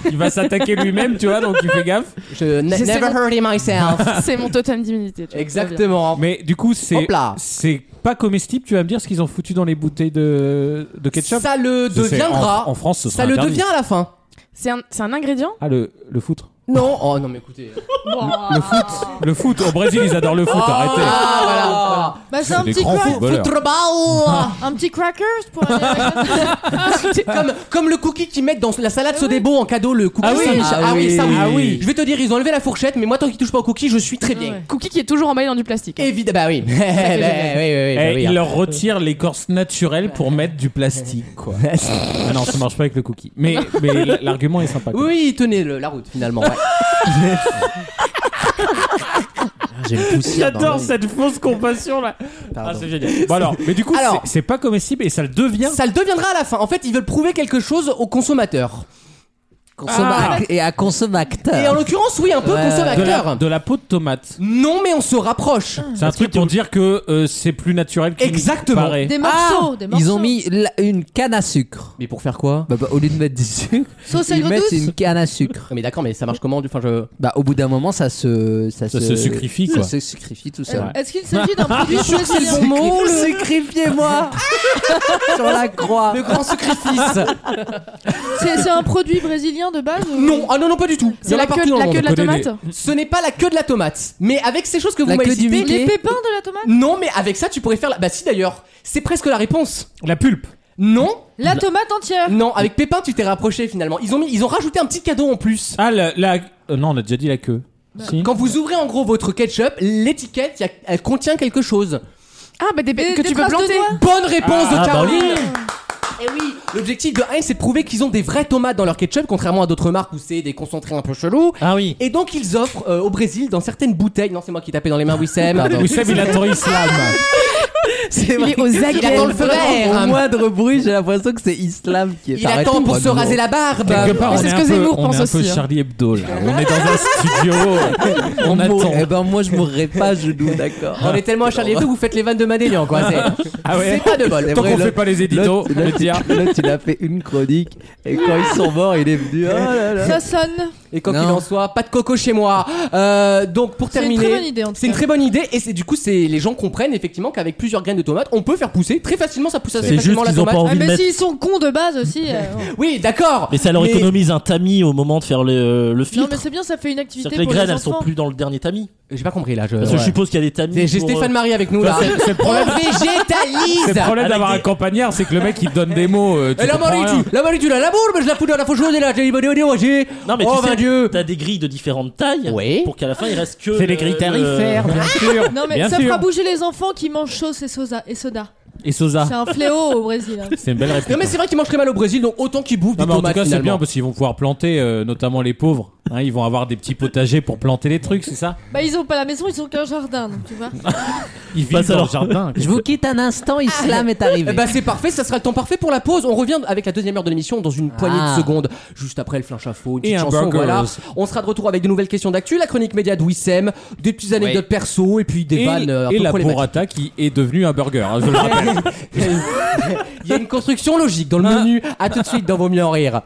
Speaker 3: il va s'attaquer lui-même, tu vois, donc tu fais gaffe.
Speaker 2: Je
Speaker 4: J'ai- c'est
Speaker 2: never
Speaker 4: mon-
Speaker 2: heard it myself.
Speaker 4: C'est mon totem d'immunité. tu vois,
Speaker 2: Exactement.
Speaker 3: Mais du coup, c'est
Speaker 2: Hop là.
Speaker 3: c'est pas comestible. Tu vas me dire ce qu'ils ont foutu dans les bouteilles de, de ketchup.
Speaker 2: Ça le
Speaker 3: Je sais,
Speaker 2: deviendra.
Speaker 3: En, en France, ce
Speaker 2: Ça
Speaker 3: sera
Speaker 2: le
Speaker 3: interdit.
Speaker 2: devient à la fin.
Speaker 4: C'est un, c'est un ingrédient
Speaker 3: Ah le le foutre.
Speaker 2: Non. Oh non, mais écoutez.
Speaker 3: Le foot. Le foot. Au Brésil, ils adorent le foot.
Speaker 6: Oh,
Speaker 3: Arrêtez.
Speaker 2: Ah, voilà, voilà.
Speaker 7: Bah, c'est
Speaker 3: C'est
Speaker 7: un
Speaker 3: des
Speaker 7: petit
Speaker 3: grands
Speaker 7: crack-
Speaker 3: footballeurs.
Speaker 2: Football.
Speaker 7: Un petit crackers pour aller à la
Speaker 2: C'est comme, comme le cookie qu'ils mettent dans la salade Sodebo en cadeau, le cookie
Speaker 3: Ah oui.
Speaker 2: sandwich.
Speaker 3: Ah
Speaker 2: oui,
Speaker 3: oui.
Speaker 2: ça oui.
Speaker 3: Ah oui.
Speaker 2: Je vais te dire, ils ont enlevé la fourchette, mais moi, tant qu'ils touchent pas au cookie, je suis très bien.
Speaker 4: Cookie qui est toujours emballé dans du
Speaker 7: Ah
Speaker 4: plastique.
Speaker 2: Évidemment, bah oui. Bah, oui,
Speaker 6: ben
Speaker 2: oui, oui, bah
Speaker 3: Eh,
Speaker 2: oui,
Speaker 3: ils
Speaker 2: hein.
Speaker 3: leur retirent l'écorce naturelle pour mettre du plastique, quoi. Ah non, ça marche pas avec le cookie. Mais, mais l- l'argument est sympa. quoi.
Speaker 2: Oui, tenez le- la route finalement. ouais.
Speaker 10: J'ai une poussière dans
Speaker 3: J'adore
Speaker 10: l'œil.
Speaker 3: cette fausse compassion là. Ah, c'est génial. Bon alors, mais du coup,
Speaker 2: Alors-
Speaker 3: c'est c'est pas comestible et ça le devient.
Speaker 2: Ça le deviendra à la fin. En fait, ils veulent prouver quelque chose aux consommateurs. Ah.
Speaker 5: Consommac- Et à
Speaker 2: Et en
Speaker 5: consommateur.
Speaker 2: l'occurrence, oui, un peu
Speaker 5: Ouais,
Speaker 3: De la,
Speaker 2: consommateur.
Speaker 3: de la peau de tomate.
Speaker 2: Non, mais on se rapproche.
Speaker 3: C'est un truc pour dire Mm. que euh, c'est plus naturel qu'il
Speaker 2: Exactement.
Speaker 3: paraît.
Speaker 7: Des morceaux, des morceaux.
Speaker 5: Ils ont mis la- une canne à sucre.
Speaker 2: Mais pour faire quoi
Speaker 5: Bah, bah, au lieu de mettre du sucre,
Speaker 7: Sauce
Speaker 5: ils
Speaker 7: aigre
Speaker 5: mettent
Speaker 7: douce
Speaker 5: une canne à sucre.
Speaker 2: Ah, Mais d'accord, mais ça marche comment Enfin, je.
Speaker 5: Bah, au bout d'un moment, ça se. Ça,
Speaker 3: Ça se sucrifie,
Speaker 5: ça
Speaker 3: quoi.
Speaker 5: se sucrifie tout
Speaker 7: Euh,
Speaker 5: seul.
Speaker 7: Est-ce qu'il s'agit d'un produit
Speaker 2: C'est
Speaker 7: spécial
Speaker 2: le bon mot. Le,
Speaker 5: Sacrifiez-moi Sur la croix
Speaker 2: le grand sacrifice.
Speaker 7: C'est c'est un produit brésilien de base ou-
Speaker 2: non, ah non, non, pas du tout. Il y
Speaker 4: C'est
Speaker 2: en
Speaker 4: la
Speaker 2: a
Speaker 4: queue,
Speaker 2: partout dans
Speaker 4: la
Speaker 2: le
Speaker 4: queue
Speaker 2: monde.
Speaker 4: de la
Speaker 3: connaît
Speaker 4: tomate
Speaker 3: des-
Speaker 2: Ce n'est pas la queue de la tomate, mais avec ces choses que vous
Speaker 5: La
Speaker 2: m'avez
Speaker 5: queue du
Speaker 2: citées,
Speaker 5: Mickey.
Speaker 7: Les pépins de la tomate
Speaker 2: non, mais avec ça, tu pourrais faire. La... Bah si d'ailleurs, c'est presque la réponse.
Speaker 3: La pulpe.
Speaker 2: Non,
Speaker 7: La tomate entière
Speaker 2: non, avec Pépin, tu t'es rapproché finalement. Ils ont mis, ils ont rajouté un petit cadeau en plus.
Speaker 3: Ah la, la- euh, non, on a déjà dit la queue. Si.
Speaker 2: Quand vous ouvrez en gros votre ketchup, l'étiquette, il y a- elle contient quelque chose.
Speaker 4: Ah bah des,
Speaker 7: Des-
Speaker 4: que
Speaker 7: des
Speaker 4: tu peux
Speaker 7: traces de
Speaker 4: planter. Eh
Speaker 7: doigts.
Speaker 2: Bonne réponse
Speaker 6: Ah,
Speaker 2: de
Speaker 6: bah
Speaker 2: Caroline. Et oui, l'objectif de Heinz, c'est de prouver qu'ils ont des vraies tomates dans leur ketchup, contrairement à d'autres marques où c'est des concentrés un peu chelous.
Speaker 6: Ah oui.
Speaker 2: Et donc ils offrent euh, au Brésil dans certaines bouteilles. Non, c'est moi qui tapais dans les mains Wissem. Pardon.
Speaker 3: Vous savez, il attend Islam.
Speaker 5: C'est
Speaker 4: Il est aux aguets.
Speaker 2: Il attend le feu vert.
Speaker 5: Au moindre bruit, j'ai l'impression que c'est Islam qui est
Speaker 2: Il attend pour se raser la barbe.
Speaker 3: Quelque part,
Speaker 4: Mais
Speaker 3: on
Speaker 4: c'est
Speaker 3: est,
Speaker 4: ce
Speaker 3: un
Speaker 4: que
Speaker 3: peu,
Speaker 4: Zemmour
Speaker 3: on est
Speaker 4: pense
Speaker 3: un peu
Speaker 4: aussi, hein.
Speaker 3: Charlie Hebdo là. On est dans un studio. On attend.
Speaker 5: Eh ben moi, je mourrais pas à genoux, d'accord
Speaker 2: On est tellement à Charlie Hebdo, vous faites les vannes de Madélian, quoi. C'est
Speaker 3: Ah ouais.
Speaker 2: c'est pas de bol.
Speaker 5: C'est
Speaker 3: Tant
Speaker 5: vrai,
Speaker 3: qu'on
Speaker 5: l'autre-
Speaker 3: fait pas les éditos,
Speaker 5: l'autre-
Speaker 3: le
Speaker 6: hein.
Speaker 3: dire.
Speaker 5: L'autre, il a fait une chronique, et quand ils sont morts, il est venu. Oh là là.
Speaker 7: Ça sonne
Speaker 2: Et quand
Speaker 5: Non.
Speaker 2: qu'il en soit, pas de coco chez moi. Euh, donc pour
Speaker 7: C'est une très bonne
Speaker 2: terminer.
Speaker 7: idée en tout
Speaker 2: C'est une
Speaker 7: cas.
Speaker 2: très bonne idée et c'est du coup c'est les gens comprennent effectivement qu'avec plusieurs graines de tomates on peut faire pousser très facilement ça pousse assez
Speaker 6: C'est juste
Speaker 2: facilement la
Speaker 6: qu'ils ont
Speaker 2: tomate.
Speaker 6: pas
Speaker 7: Ah,
Speaker 6: envie de
Speaker 7: mais
Speaker 6: mettre.
Speaker 7: s'ils sont cons de base aussi. euh,
Speaker 2: Oui d'accord.
Speaker 6: Mais ça leur économise un tamis au moment de faire le, le
Speaker 7: Non,
Speaker 6: filtre.
Speaker 7: mais c'est bien, ça fait une activité
Speaker 6: C'est-à-dire
Speaker 7: pour
Speaker 6: que les graines, elles
Speaker 7: enfants.
Speaker 6: sont plus dans le dernier tamis.
Speaker 2: J'ai pas compris là. Je...
Speaker 6: Parce que
Speaker 2: Ouais.
Speaker 6: je suppose qu'il y a des tamis.
Speaker 2: J'ai j'ai
Speaker 6: pour,
Speaker 2: Stéphane
Speaker 6: euh,
Speaker 2: Marie avec nous là.
Speaker 3: C'est- c'est le
Speaker 2: On
Speaker 3: problème- c'est le
Speaker 2: végétalise.
Speaker 3: problème d'avoir un
Speaker 6: Avec des-
Speaker 3: campagnard, c'est que le mec il te donne des mots. euh, tu
Speaker 2: Et la
Speaker 3: comprends rien.
Speaker 2: maritu, la maritu, la bourbe, je la fous dans la faucheuse et là, j'ai bah, j'ai.
Speaker 6: Non, mais
Speaker 2: oh, mon
Speaker 6: tu sais,
Speaker 2: Dieu.
Speaker 6: t'as des grilles de différentes tailles
Speaker 2: Oui.
Speaker 6: pour qu'à la fin il reste que.
Speaker 3: C'est
Speaker 6: le-
Speaker 3: les grilles
Speaker 6: le-
Speaker 3: tarifaires, bien sûr.
Speaker 7: Non, mais
Speaker 3: bien
Speaker 7: ça
Speaker 3: sûr.
Speaker 7: fera bouger les enfants qui mangent sauce et sosa- et soda.
Speaker 3: Et Sosa.
Speaker 7: C'est un fléau au Brésil. hein.
Speaker 3: C'est une belle réponse.
Speaker 2: Non mais c'est vrai qu'ils mangent très mal au Brésil donc autant qu'ils bouffent
Speaker 3: Non,
Speaker 2: des
Speaker 3: mais en tout
Speaker 2: tomates
Speaker 3: cas, c'est bien
Speaker 2: finalement.
Speaker 3: parce qu'ils vont pouvoir planter, euh, notamment les pauvres. Hein, ils vont avoir des petits potagers pour planter les trucs, c'est ça
Speaker 7: Bah, ils ont pas la maison, ils ont qu'un jardin, donc tu vois.
Speaker 3: Ils vivent
Speaker 6: Passe
Speaker 3: dans
Speaker 6: alors.
Speaker 3: le jardin.
Speaker 5: Je vous quitte un instant, Islam est arrivé.
Speaker 2: Eh ben, c'est parfait, ça sera le temps parfait pour la pause. On revient avec la deuxième heure de l'émission dans une poignée
Speaker 5: Ah.
Speaker 2: de secondes, juste après le flinch info, une
Speaker 3: Et
Speaker 2: petite
Speaker 3: un
Speaker 2: chanson,
Speaker 3: burgers.
Speaker 2: voilà. On sera de retour avec de nouvelles questions d'actu, la chronique média de Wissem, des petites anecdotes perso et puis des
Speaker 3: Et,
Speaker 2: vannes euh, un
Speaker 3: et
Speaker 2: peu
Speaker 3: la
Speaker 2: problématiques.
Speaker 3: burrata qui est devenue un burger, hein, je le rappelle. Ah.
Speaker 2: Il y a une construction logique dans le menu. À tout de suite dans Vos mieux en rire.